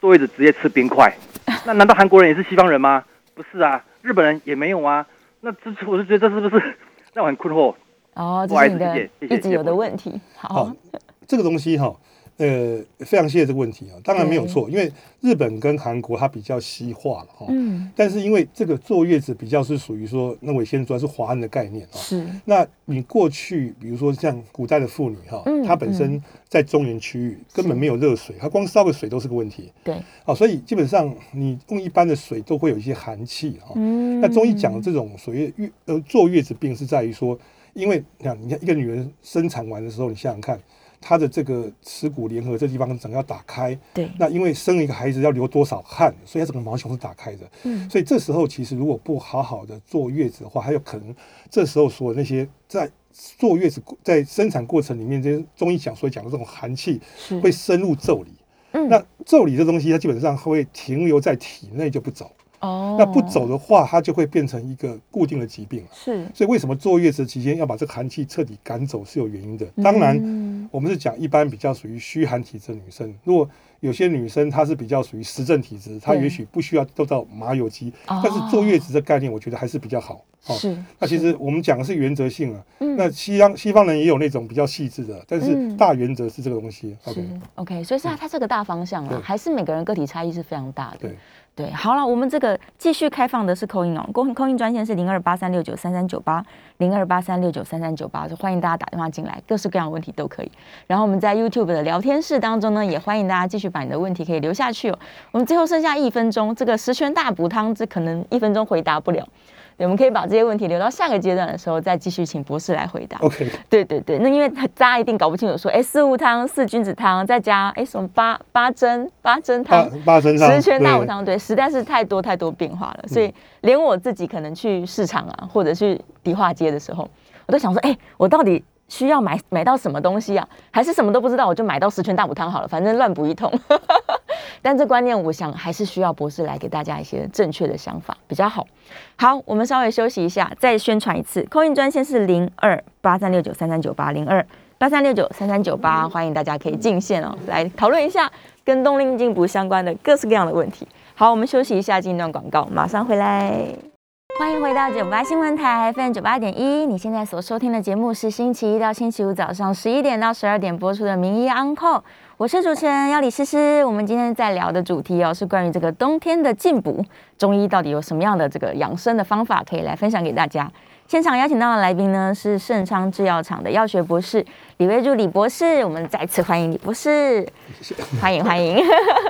[SPEAKER 6] 坐月子直接吃冰块，那难道韩国人也是西方人吗？不是啊，日本人也没有啊，那这是我就觉得这是不是让我很困惑？
[SPEAKER 2] 哦，
[SPEAKER 6] 不
[SPEAKER 2] 这
[SPEAKER 6] 好
[SPEAKER 2] 是
[SPEAKER 6] 意
[SPEAKER 2] 你
[SPEAKER 6] 思
[SPEAKER 2] 的
[SPEAKER 6] 谢谢谢谢
[SPEAKER 2] 一直有的问题。好
[SPEAKER 3] 好，，这个东西哈，呃，非常谢谢这个问题啊，当然没有错，因为日本跟韩国它比较西化了哈，
[SPEAKER 2] 嗯，
[SPEAKER 3] 但是因为这个坐月子比较是属于说，那我先主要是华人的概念啊。
[SPEAKER 2] 是
[SPEAKER 3] 那你过去，比如说像古代的妇女哈
[SPEAKER 2] 嗯，
[SPEAKER 3] 她本身在中原区域根本没有热水，她光烧个水都是个问题。
[SPEAKER 2] 对，
[SPEAKER 3] 哦，所以基本上你用一般的水都会有一些寒气哈、
[SPEAKER 2] 嗯
[SPEAKER 3] 那中医讲的这种所谓月呃坐月子病是在于说，因为你看，你看一个女人生产完的时候，你想想看，她的这个耻骨联合这地方整个要打开，
[SPEAKER 2] 对
[SPEAKER 3] 那因为生一个孩子要流多少汗，所以她整个毛孔是打开的。
[SPEAKER 2] 嗯
[SPEAKER 3] 所以这时候其实如果不好好的坐月子的话，还有可能这时候所有那些在坐月子过在生产过程里面，这些中医讲所讲的这种寒气
[SPEAKER 2] 是
[SPEAKER 3] 会深入腠理。
[SPEAKER 2] 嗯
[SPEAKER 3] 那腠理这东西，它基本上会停留在体内就不走。
[SPEAKER 2] 哦
[SPEAKER 3] 那不走的话，它就会变成一个固定的疾病了。
[SPEAKER 2] 是
[SPEAKER 3] 所以为什么坐月子期间要把这个寒气彻底赶走是有原因的。当然，
[SPEAKER 2] 嗯
[SPEAKER 3] 我们是讲一般比较属于虚寒体质的女生，如果有些女生她是比较属于实症体质，她
[SPEAKER 2] 对
[SPEAKER 3] 也许不需要都到麻油鸡，
[SPEAKER 2] 哦
[SPEAKER 3] 但是坐月子的概念，我觉得还是比较好。哦
[SPEAKER 2] 是
[SPEAKER 3] 那其实我们讲的是原则性啊，
[SPEAKER 2] 嗯
[SPEAKER 3] 那西方西方人也有那种比较细致的，但
[SPEAKER 2] 嗯
[SPEAKER 3] 是大原则是这个东西。OK，
[SPEAKER 2] 是 OK，所以是
[SPEAKER 6] 嗯
[SPEAKER 2] 它它是个大方向啊
[SPEAKER 3] 对，
[SPEAKER 2] 还是每个人个体差异是非常大的。
[SPEAKER 3] 对。
[SPEAKER 2] 对，好了，我们这个继续开放的是扣印哦，扣扣印专线是零二八三六九三三九八，零二八三六九三三九八，就欢迎大家打电话进来，各式各样的问题都可以。然后我们在 YouTube 的聊天室当中呢，也欢迎大家继续把你的问题可以留下去哦。我们最后剩下一分钟，这个十全大补汤，这可能一分钟回答不了，对，我们可以把这些问题留到下个阶段的时候再继续请博士来回答。
[SPEAKER 3] OK，
[SPEAKER 2] 对对对，那因为他大家一定搞不清楚说，哎，四物汤、四君子汤，再加哎什么八八珍、八珍
[SPEAKER 3] 八
[SPEAKER 2] 汤、
[SPEAKER 3] 八身上
[SPEAKER 2] 十全大补
[SPEAKER 3] 对
[SPEAKER 2] 汤，对，实在是太多太多变化了，所以连我自己可能去市场啊，或者去迪化街的时候，
[SPEAKER 7] 我在想说，哎、我到底需要买买到什么东西啊？还是什么都不知道，我就买到十全大补汤好了，反正乱补一通。 但这观念，我想还是需要博士来给大家一些正确的想法比较好。好，我们稍微休息一下，再宣传一次，扣印专线是零二八三六九三三九八零二八三六九三三九八，欢迎大家可以进线哦，来讨论一下跟冬令进补相关的各式各样的问题。好，我们休息一下，进一段广告，马上回来。
[SPEAKER 2] 欢迎回到九八新闻台 FM 九八点一，你现在所收听的节目是星期一到星期五早上十一点到十二点播出的《名医 Uncle》，我是主持人要李诗诗。我们今天在聊的主题哦，是关于这个冬天的进补，中医到底有什么样的这个养生的方法可以来分享给大家。现场邀请到的来宾呢是盛昌制药厂的药学博士李威柱李博士，我们再次欢迎李博士，欢迎欢迎。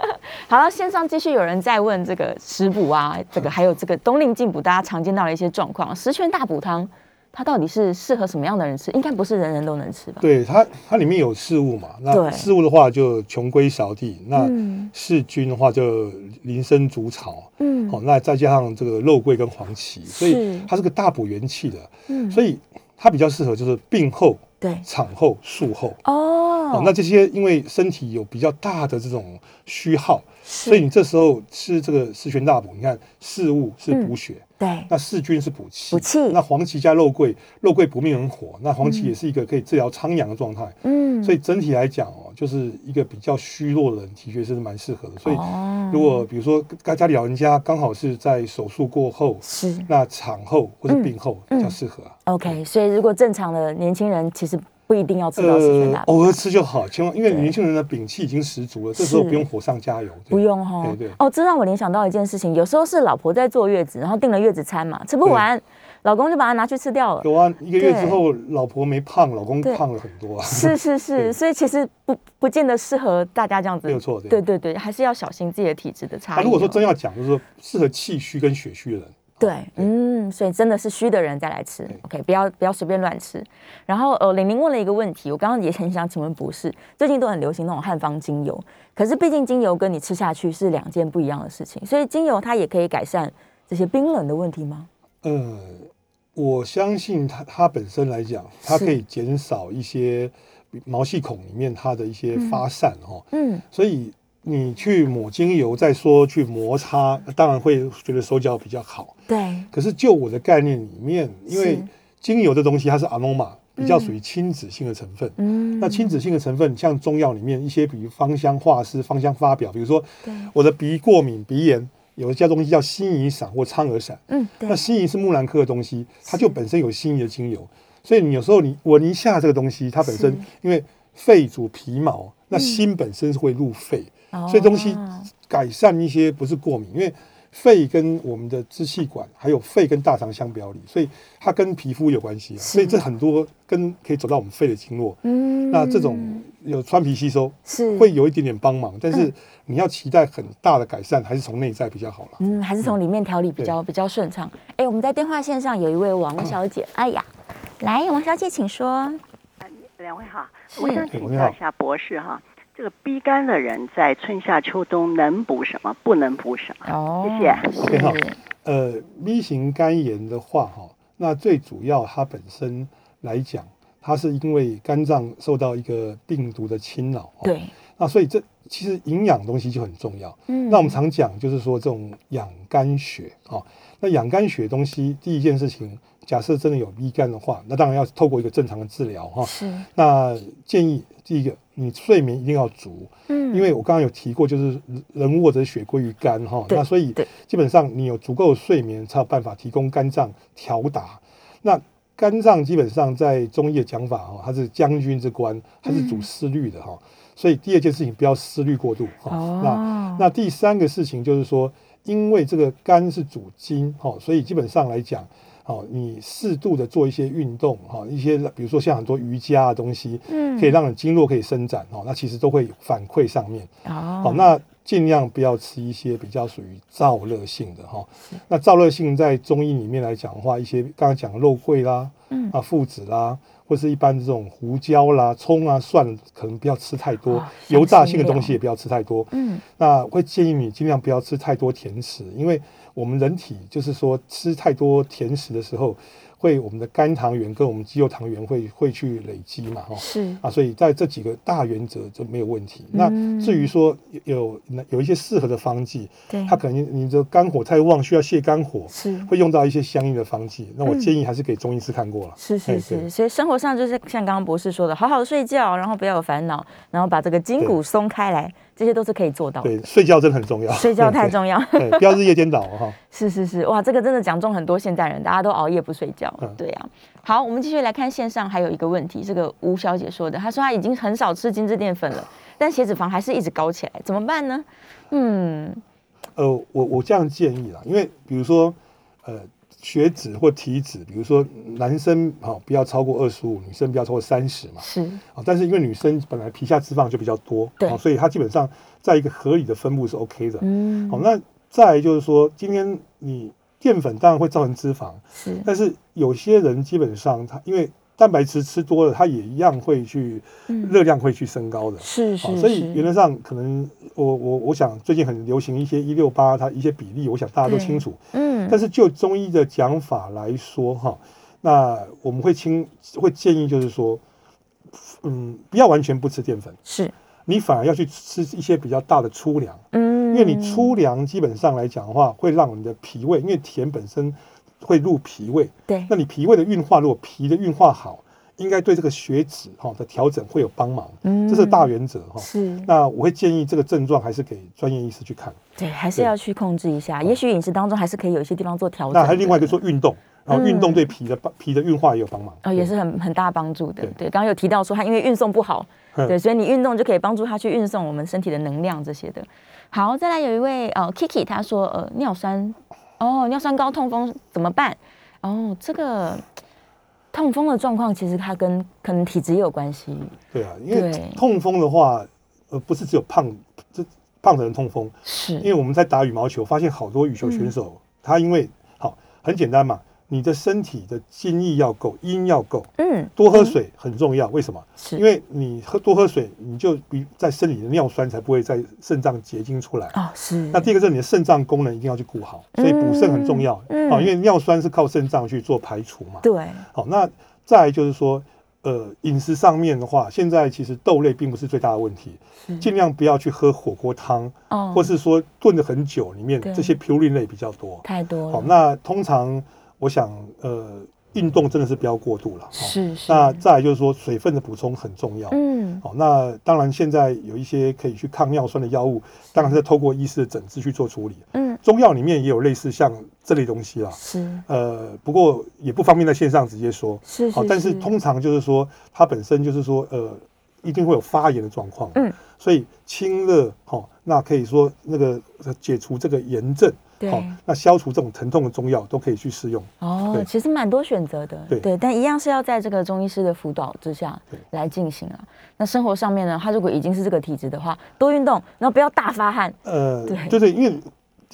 [SPEAKER 2] 好了，线上继续有人在问这个食补啊，这个还有这个冬令进补，大家常见到的一些状况，十全大补汤，它到底是适合什么样的人吃？应该不是人人都能吃吧？
[SPEAKER 3] 对它，它里面有事物嘛，那
[SPEAKER 7] 对
[SPEAKER 3] 事物的话就穷归少地，那事菌的话就林生竹草，
[SPEAKER 7] 嗯
[SPEAKER 3] 哦，那再加上这个肉桂跟黄芪，所以
[SPEAKER 7] 是
[SPEAKER 3] 它是个大补元气的，
[SPEAKER 7] 嗯
[SPEAKER 3] 所以它比较适合就是病后、
[SPEAKER 7] 对
[SPEAKER 3] 产后、术后。
[SPEAKER 7] 哦
[SPEAKER 3] 哦，那这些因为身体有比较大的这种虚耗，所以你这时候吃这个十全大补，你看事物是
[SPEAKER 7] 嗯
[SPEAKER 3] 补血，
[SPEAKER 7] 对
[SPEAKER 3] 那四君是补气，
[SPEAKER 7] 补气
[SPEAKER 3] 那黄芪加肉桂，肉桂不命人火，那黄芪也是一个可以治疗苍阳的状态。
[SPEAKER 7] 嗯
[SPEAKER 3] 所以整体来讲哦，就是一个比较虚弱的人，的确是蛮适合的。所以
[SPEAKER 7] 哦
[SPEAKER 3] 如果比如说家家里老人家刚好是在手术过后，
[SPEAKER 7] 是嗯
[SPEAKER 3] 那产后或者病后比较适合啊。
[SPEAKER 7] OK，所以如果正常的年轻人其实不一定要吃到十全
[SPEAKER 3] 呃
[SPEAKER 7] 大，补，
[SPEAKER 3] 偶尔吃就好，千万因为
[SPEAKER 7] 对
[SPEAKER 3] 年轻人的摒气已经十足了，这时候
[SPEAKER 7] 是
[SPEAKER 3] 不用火上加油，对
[SPEAKER 7] 不用哈
[SPEAKER 3] 对对。
[SPEAKER 7] 哦，这让我联想到一件事情，有时候是老婆在坐月子，然后订了月子餐嘛，吃不完，老公就把它拿去吃掉了。
[SPEAKER 3] 有啊，一个月
[SPEAKER 7] 对
[SPEAKER 3] 之后，老婆没胖，老公
[SPEAKER 7] 对
[SPEAKER 3] 胖了很多啊。
[SPEAKER 7] 是是是，
[SPEAKER 3] 对
[SPEAKER 7] 所以其实不不见得适合大家这样子。
[SPEAKER 3] 没有错对
[SPEAKER 7] 对对对，还是要小心自己的体质的差异
[SPEAKER 3] 那
[SPEAKER 7] 哦。
[SPEAKER 3] 如果说真要讲，就是说适合气虚跟血虚的人，
[SPEAKER 7] 对，嗯，所以真的是虚的人再来吃，OK，不要不要随便乱吃。然后呃，玲玲问了一个问题，我刚刚也很想请问博士，最近都很流行那种汉方精油，可是毕竟精油跟你吃下去是两件不一样的事情，所以精油它也可以改善这些冰冷的问题吗？
[SPEAKER 3] 呃，我相信它它本身来讲，它
[SPEAKER 7] 是
[SPEAKER 3] 可以减少一些毛细孔里面它的一些发散哦，
[SPEAKER 7] 嗯，
[SPEAKER 3] 所以你去抹精油，再说去摩擦，当然会觉得手脚比较好。
[SPEAKER 7] 对，
[SPEAKER 3] 可是就我的概念里面，因为
[SPEAKER 7] 是
[SPEAKER 3] 精油这东西它是阿罗玛，比较属于亲子性的成分。
[SPEAKER 7] 嗯，
[SPEAKER 3] 那亲子性的成分，像中药里面一些，比如芳香化师、芳香发表，比如说
[SPEAKER 7] 对
[SPEAKER 3] 我的鼻过敏、鼻炎，有一家东西叫辛夷散或苍耳散。
[SPEAKER 7] 嗯，对
[SPEAKER 3] 那，辛夷是木兰科的东西，它就本身有辛夷的精油，所以你有时候你闻一下这个东西，它本身
[SPEAKER 7] 是嗯
[SPEAKER 3] 因为肺主皮毛，那辛本身是会入肺，所以东西
[SPEAKER 7] 哦
[SPEAKER 3] 改善一些不是过敏，因为肺跟我们的支气管还有肺跟大肠相表里，所以它跟皮肤有关系啊，所以这很多跟可以走到我们肺的经络。
[SPEAKER 7] 嗯
[SPEAKER 3] 那这种有穿皮吸收
[SPEAKER 7] 是嗯
[SPEAKER 3] 会有一点点帮忙，但是你要期待很大的改善，还是从内在比较好啦。
[SPEAKER 7] 嗯，还是从里面调理比较比较顺畅。哎，我们在电话线上有一位王小姐，哎呀，
[SPEAKER 2] 来，王小姐，请说。
[SPEAKER 5] 哎两位好，我想请
[SPEAKER 3] 你
[SPEAKER 5] 教
[SPEAKER 3] 好
[SPEAKER 5] 一下博士哈，这个逼肝的人在春夏秋冬能补什么，不能补什么？
[SPEAKER 7] 哦
[SPEAKER 5] 谢谢
[SPEAKER 3] ，OK 好，呃，B 型肝炎的话，哈，那最主要它本身来讲，它是因为肝脏受到一个病毒的侵扰，哦，
[SPEAKER 7] 对，
[SPEAKER 3] 那所以这其实营养东西就很重要。
[SPEAKER 7] 嗯
[SPEAKER 3] 那我们常讲就是说这种养肝血，哦，那养肝血东西，第一件事情，假设真的有 B 肝的话，那当然要透过一个正常的治疗，哈、
[SPEAKER 7] 是，
[SPEAKER 3] 那建议第一个，你睡眠一定要足，
[SPEAKER 7] 嗯
[SPEAKER 3] 因为我刚刚有提过，就是人卧则血归于肝哈，
[SPEAKER 7] 对
[SPEAKER 3] 那所以
[SPEAKER 7] 对
[SPEAKER 3] 基本上你有足够的睡眠，才有办法提供肝脏调达。那肝脏基本上在中医的讲法哈，它是将军之官，它
[SPEAKER 7] 嗯
[SPEAKER 3] 是主思虑的哈，所以第二件事情不要思虑过度哈。
[SPEAKER 7] 哦
[SPEAKER 3] 那那第三个事情就是说，因为这个肝是主筋哈，所以基本上来讲。哦，你适度的做一些运动，哈、一些比如说像很多瑜伽的东西，
[SPEAKER 7] 嗯
[SPEAKER 3] 可以让你经络可以伸展，哦，那其实都会反馈上面。
[SPEAKER 7] 哦
[SPEAKER 3] 好、那尽量不要吃一些比较属于燥热性的哈、那燥热性在中医里面来讲的话，一些刚刚讲的肉桂啦，
[SPEAKER 7] 嗯
[SPEAKER 3] 啊附子啦，或是一般这种胡椒啦、葱啊、蒜，可能不要吃太多，
[SPEAKER 7] 哦
[SPEAKER 3] 油炸性
[SPEAKER 7] 香辛
[SPEAKER 3] 的
[SPEAKER 7] 料
[SPEAKER 3] 东西也不要吃太多。
[SPEAKER 7] 嗯，
[SPEAKER 3] 那会建议你尽量不要吃太多甜食，因为我们人体就是说吃太多甜食的时候，会我们的肝糖原跟我们肌肉糖原会会去累积嘛，哦，
[SPEAKER 2] 是
[SPEAKER 3] 啊，所以在这几个大原则就没有问题。
[SPEAKER 2] 嗯
[SPEAKER 3] 那至于说有有有一些适合的方剂，
[SPEAKER 2] 对
[SPEAKER 3] 它可能你的肝火太旺，需要泻肝火，
[SPEAKER 2] 是嗯
[SPEAKER 3] 会用到一些相应的方剂。那我建议还是给中医师看过了。
[SPEAKER 2] 是
[SPEAKER 3] 哎
[SPEAKER 2] 是
[SPEAKER 3] 对
[SPEAKER 2] 是，所以生活上就是像刚刚博士说的，好好的睡觉，然后不要有烦恼，然后把这个筋骨松开来，这些都是可以做到的。
[SPEAKER 3] 对，睡觉真的很重要，哎
[SPEAKER 2] 睡觉太重要，
[SPEAKER 3] 要，对，不要日夜颠倒哦哈。
[SPEAKER 2] 是是是，哇，这个真的讲中很多现代人，大家都熬夜不睡觉。
[SPEAKER 3] 嗯
[SPEAKER 2] 对呀、好，我们继续来看线上还有一个问题，这个吴小姐说的，她说她已经很少吃精致淀粉了，但血脂肪还是一直高起来，怎么办呢？嗯，
[SPEAKER 3] 呃，我我这样建议啦，因为比如说，呃，血脂或体脂，比如说男生好、不要超过二十五，女生不要超过三十嘛。
[SPEAKER 2] 是
[SPEAKER 3] 啊，但是因为女生本来皮下脂肪就比较多，
[SPEAKER 2] 对
[SPEAKER 3] 啊所以它基本上在一个合理的分布是 OK 的。
[SPEAKER 2] 嗯
[SPEAKER 3] 好、那再来就是说，今天你淀粉当然会造成脂肪，
[SPEAKER 2] 是
[SPEAKER 3] 但是有些人基本上他因为蛋白质吃多了，他也一样会去热量会去升高的。
[SPEAKER 2] 嗯是
[SPEAKER 3] 好，
[SPEAKER 2] 是，
[SPEAKER 3] 所以原
[SPEAKER 2] 是
[SPEAKER 3] 则上可能我我我想最近很流行一些一六八，它一些比例，我想大家都
[SPEAKER 2] 对
[SPEAKER 3] 清楚。
[SPEAKER 2] 嗯
[SPEAKER 3] 但是就中医的讲法来说，哈，那我们会清会建议就是说，嗯，不要完全不吃淀粉，
[SPEAKER 2] 是
[SPEAKER 3] 你反而要去吃一些比较大的粗粮，
[SPEAKER 2] 嗯
[SPEAKER 3] 呃因为你粗粮基本上来讲的话，会让你的脾胃，因为甜本身会入脾胃，
[SPEAKER 2] 对
[SPEAKER 3] 那你脾胃的运化，如果脾的运化好，应该对这个血脂哈的调整会有帮忙，
[SPEAKER 2] 嗯
[SPEAKER 3] 这是大原则哈。
[SPEAKER 2] 是
[SPEAKER 3] 那我会建议这个症状还是给专业医师去看。
[SPEAKER 2] 对，还是
[SPEAKER 3] 对
[SPEAKER 2] 要去控制一下，也许饮食当中还是可以有一些地方做调哦整的。嗯
[SPEAKER 3] 那还有另外一个说运动，然后运动对脾的帮脾的运化也有帮忙。
[SPEAKER 2] 哦，也是很很大帮助的
[SPEAKER 3] 对。
[SPEAKER 2] 对，刚刚有提到说它因为运送不好，
[SPEAKER 3] 嗯
[SPEAKER 2] 对，所以你运动就可以帮助它去运送我们身体的能量这些的。好，再来有一位呃 Kiki，她说呃尿酸，哦尿酸高痛风怎么办？哦，这个痛风的状况其实它跟可能体质也有关系。
[SPEAKER 3] 对啊，因为
[SPEAKER 2] 对
[SPEAKER 3] 痛风的话，呃，不是只有胖这胖的人痛风，因
[SPEAKER 2] 是，
[SPEAKER 3] 为我们在打羽毛球，发现好多羽球选手，
[SPEAKER 2] 嗯
[SPEAKER 3] 他因为好很简单嘛，你的身体的精液要够，阴要够，
[SPEAKER 2] 嗯，
[SPEAKER 3] 多喝水很重要。为什么？
[SPEAKER 2] 是
[SPEAKER 3] 因为你喝多喝水，你就比在身体的尿酸才不会在肾脏结晶出来。
[SPEAKER 2] 哦是，
[SPEAKER 3] 那第二个就是你的肾脏功能一定要去顾好，所以补肾很重要。哦
[SPEAKER 2] 嗯嗯
[SPEAKER 3] 好，因为尿酸是靠肾脏去做排除嘛。
[SPEAKER 2] 对
[SPEAKER 3] 好，那再来就是说，呃，饮食上面的话，现在其实豆类并不是最大的问题，尽量不要去喝火锅汤，
[SPEAKER 2] 哦，
[SPEAKER 3] 或是说炖的很久，里面
[SPEAKER 2] 对
[SPEAKER 3] 这些 purine 类比较多。
[SPEAKER 2] 太多了，
[SPEAKER 3] 好，那通常我想，呃，运动真的是不要过度了。哦
[SPEAKER 2] 是是，
[SPEAKER 3] 那再来就是说，水分的补充很重要。
[SPEAKER 2] 嗯
[SPEAKER 3] 好、那当然现在有一些可以去抗尿酸的药物，当然是透过医师的诊治去做处理。
[SPEAKER 2] 嗯
[SPEAKER 3] 中药里面也有类似像这类东西啦。
[SPEAKER 2] 是
[SPEAKER 3] 呃，不过也不方便在线上直接说。
[SPEAKER 2] 是
[SPEAKER 3] 好、
[SPEAKER 2] 是，
[SPEAKER 3] 但是通常就是说，它本身就是说，呃，一定会有发炎的状况。
[SPEAKER 2] 嗯，
[SPEAKER 3] 所以清热，好、那可以说那个呃解除这个炎症，
[SPEAKER 2] 对
[SPEAKER 3] 好那消除这种疼痛的中药都可以去试用。
[SPEAKER 2] 哦
[SPEAKER 3] 对，
[SPEAKER 2] 其实蛮多选择的，
[SPEAKER 3] 对
[SPEAKER 2] 但一样是要在这个中医师的辅导之下
[SPEAKER 3] 对
[SPEAKER 2] 来进行啊。那生活上面呢，他如果已经是这个体质的话，多运动，然后不要大发汗，
[SPEAKER 3] 呃，
[SPEAKER 2] 对
[SPEAKER 3] 对因为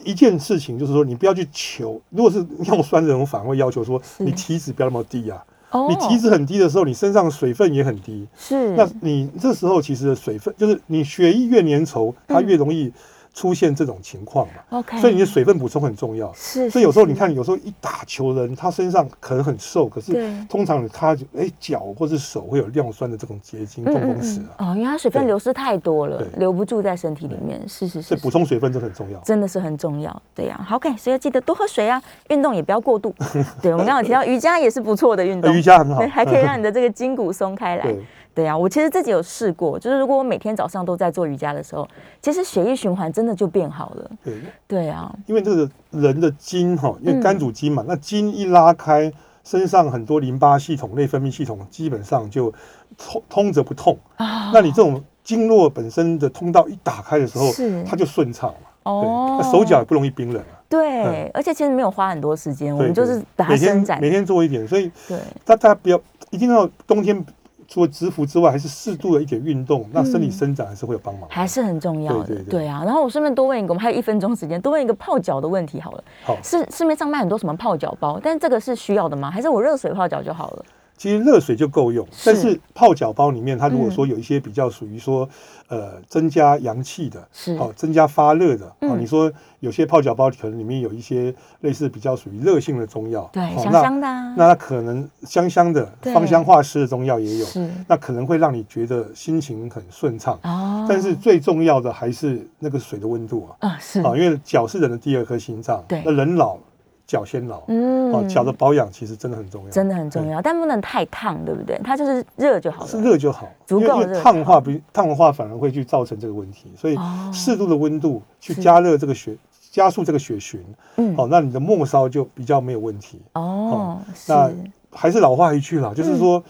[SPEAKER 3] 一件事情就是说，你不要去求，如果是 尿酸的人，我反而会要求说，你体脂不要那么低啊。
[SPEAKER 2] 哦嗯
[SPEAKER 3] 你体脂很低的时候，你身上水分也很低，
[SPEAKER 2] 是
[SPEAKER 3] 那你这时候其实水分就是你血液越粘稠，
[SPEAKER 2] 嗯
[SPEAKER 3] 它越容易出现这种情况嘛。
[SPEAKER 2] OK，
[SPEAKER 3] 所以你的水分补充很重要。
[SPEAKER 2] 是，
[SPEAKER 3] 所以有时候
[SPEAKER 2] 是
[SPEAKER 3] 你看，有时候一打球的人，他身上可能很瘦，可是
[SPEAKER 2] 对
[SPEAKER 3] 通常他就哎脚或是手会有尿酸的这种结晶，痛风史啊，
[SPEAKER 2] 哦，因为它水分
[SPEAKER 3] 对
[SPEAKER 2] 流失太多了
[SPEAKER 3] 对，
[SPEAKER 2] 留不住在身体里面，是是
[SPEAKER 3] 所
[SPEAKER 2] 是
[SPEAKER 3] 以，补充水分真的很重要。
[SPEAKER 2] 真的是很重要，对呀、好 OK，所以要记得多喝水啊，运动也不要过度。对，我们刚刚有提到瑜伽也是不错的运动，
[SPEAKER 3] 呃 瑜伽很好嗯
[SPEAKER 2] 对，还可以让你的这个筋骨松开来
[SPEAKER 3] 对。
[SPEAKER 2] 对呀、我其实自己有试过，就是如果我每天早上都在做瑜伽的时候，其实血液循环真的就变好了。
[SPEAKER 3] 对，
[SPEAKER 2] 对啊呀，
[SPEAKER 3] 因为这个人的筋哈，因为肝主筋
[SPEAKER 2] 嗯
[SPEAKER 3] 嘛，那筋一拉开，身上很多淋巴系统、内分泌系统基本上就通通则不痛。
[SPEAKER 2] 啊
[SPEAKER 3] 那你这种经络本身的通道一打开的时候
[SPEAKER 2] 是，
[SPEAKER 3] 它就顺畅嘛。对
[SPEAKER 2] 哦
[SPEAKER 3] 那手脚也不容易冰冷啊。
[SPEAKER 2] 对
[SPEAKER 3] 嗯，
[SPEAKER 2] 而且其实没有花很多时间，我
[SPEAKER 3] 对
[SPEAKER 2] 们就是
[SPEAKER 3] 对
[SPEAKER 2] 把它
[SPEAKER 3] 每天
[SPEAKER 2] 伸展
[SPEAKER 3] 每。天做一点，所以
[SPEAKER 2] 对，
[SPEAKER 3] 大大家不要一定要冬天除了直服之外，还是适度的一点运动，那身体伸展还是会有帮忙的。
[SPEAKER 2] 嗯还是很重要
[SPEAKER 3] 对
[SPEAKER 2] 的
[SPEAKER 3] 对。对
[SPEAKER 2] 对啊，然后我顺便多问一个，我们还有一分钟时间，多问一个泡脚的问题好了。
[SPEAKER 3] 好，
[SPEAKER 2] 市市面上卖很多什么泡脚包，但这个是需要的吗？还是我热水泡脚就好了？
[SPEAKER 3] 其实热水就够用，
[SPEAKER 2] 是嗯
[SPEAKER 3] 但是泡脚包里面，它如果说有一些比较属于说，呃，增加阳气的，
[SPEAKER 2] 是
[SPEAKER 3] 好、增加发热的，哦，
[SPEAKER 2] 嗯
[SPEAKER 3] 你说有些泡脚包可能里面有一些类似比较属于热性的中药，
[SPEAKER 2] 对，
[SPEAKER 3] 好
[SPEAKER 2] 香
[SPEAKER 3] 那
[SPEAKER 2] 香的啊，
[SPEAKER 3] 那它可能香香的
[SPEAKER 2] 对
[SPEAKER 3] 芳香化湿的中药也有，
[SPEAKER 2] 是
[SPEAKER 3] 那可能会让你觉得心情很顺畅，
[SPEAKER 2] 哦，
[SPEAKER 3] 但是最重要的还是那个水的温度啊，
[SPEAKER 2] 啊是
[SPEAKER 3] 啊，因为脚是人的第二颗心脏，
[SPEAKER 2] 对
[SPEAKER 3] 那人老脚先老，
[SPEAKER 2] 嗯
[SPEAKER 3] 哦，脚的保养其实真的很重要，
[SPEAKER 2] 真的很重要，但不能太烫，对不对？它就是热就好
[SPEAKER 3] 对。
[SPEAKER 2] 了。
[SPEAKER 3] 是热就好，
[SPEAKER 2] 足够
[SPEAKER 3] 因为因
[SPEAKER 2] 热就
[SPEAKER 3] 为
[SPEAKER 2] 好
[SPEAKER 3] 烫的话不烫的话反而会去造成这个问题，所以
[SPEAKER 2] 哦
[SPEAKER 3] 适度的温度去
[SPEAKER 2] 是
[SPEAKER 3] 加热这个血，加速这个血循，
[SPEAKER 2] 嗯
[SPEAKER 3] 哦，那你的末梢就比较没有问题。
[SPEAKER 2] 哦，是
[SPEAKER 3] 那还是老话一句啦，就是说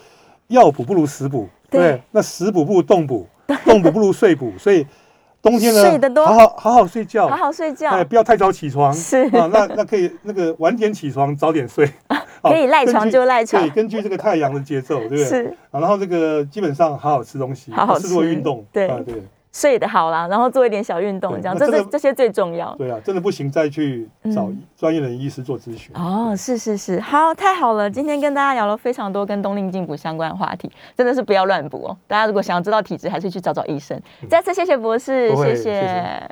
[SPEAKER 3] 药补不如食补，
[SPEAKER 2] 嗯对
[SPEAKER 3] 对不对，那食补不如动补，动补不如睡补，所以冬天呢，
[SPEAKER 2] 睡得多
[SPEAKER 3] 好好好好睡觉，
[SPEAKER 2] 好好睡觉
[SPEAKER 3] 哎，，不要太早起床，
[SPEAKER 2] 是
[SPEAKER 3] 啊，那那可以那个晚点起床，早点睡， 啊
[SPEAKER 2] 可以赖床
[SPEAKER 3] 根据
[SPEAKER 2] 就赖床
[SPEAKER 3] 对，根据这个太阳的节奏，对不对？
[SPEAKER 2] 是
[SPEAKER 3] 啊然后这个基本上好好吃东西，
[SPEAKER 2] 好好
[SPEAKER 3] 适度的
[SPEAKER 2] 吃
[SPEAKER 3] 运动，
[SPEAKER 2] 对
[SPEAKER 3] 啊，对
[SPEAKER 2] 睡得好啦，然后做一点小运动，
[SPEAKER 3] 对
[SPEAKER 2] 这样
[SPEAKER 3] 那
[SPEAKER 2] 这这
[SPEAKER 3] 真的
[SPEAKER 2] 这些最重要。
[SPEAKER 3] 对啊，真的不行再去找
[SPEAKER 2] 嗯
[SPEAKER 3] 专业的医师做咨询。
[SPEAKER 2] 哦，是是是，好，太好
[SPEAKER 3] 嗯
[SPEAKER 2] 了！今天跟大家聊了非常多跟冬令进补相关的话题，真的是不要乱补哦。大家如果想要知道体质，还是去找找医生。再次谢谢博士，
[SPEAKER 3] 嗯不
[SPEAKER 2] 谢
[SPEAKER 3] 会谢谢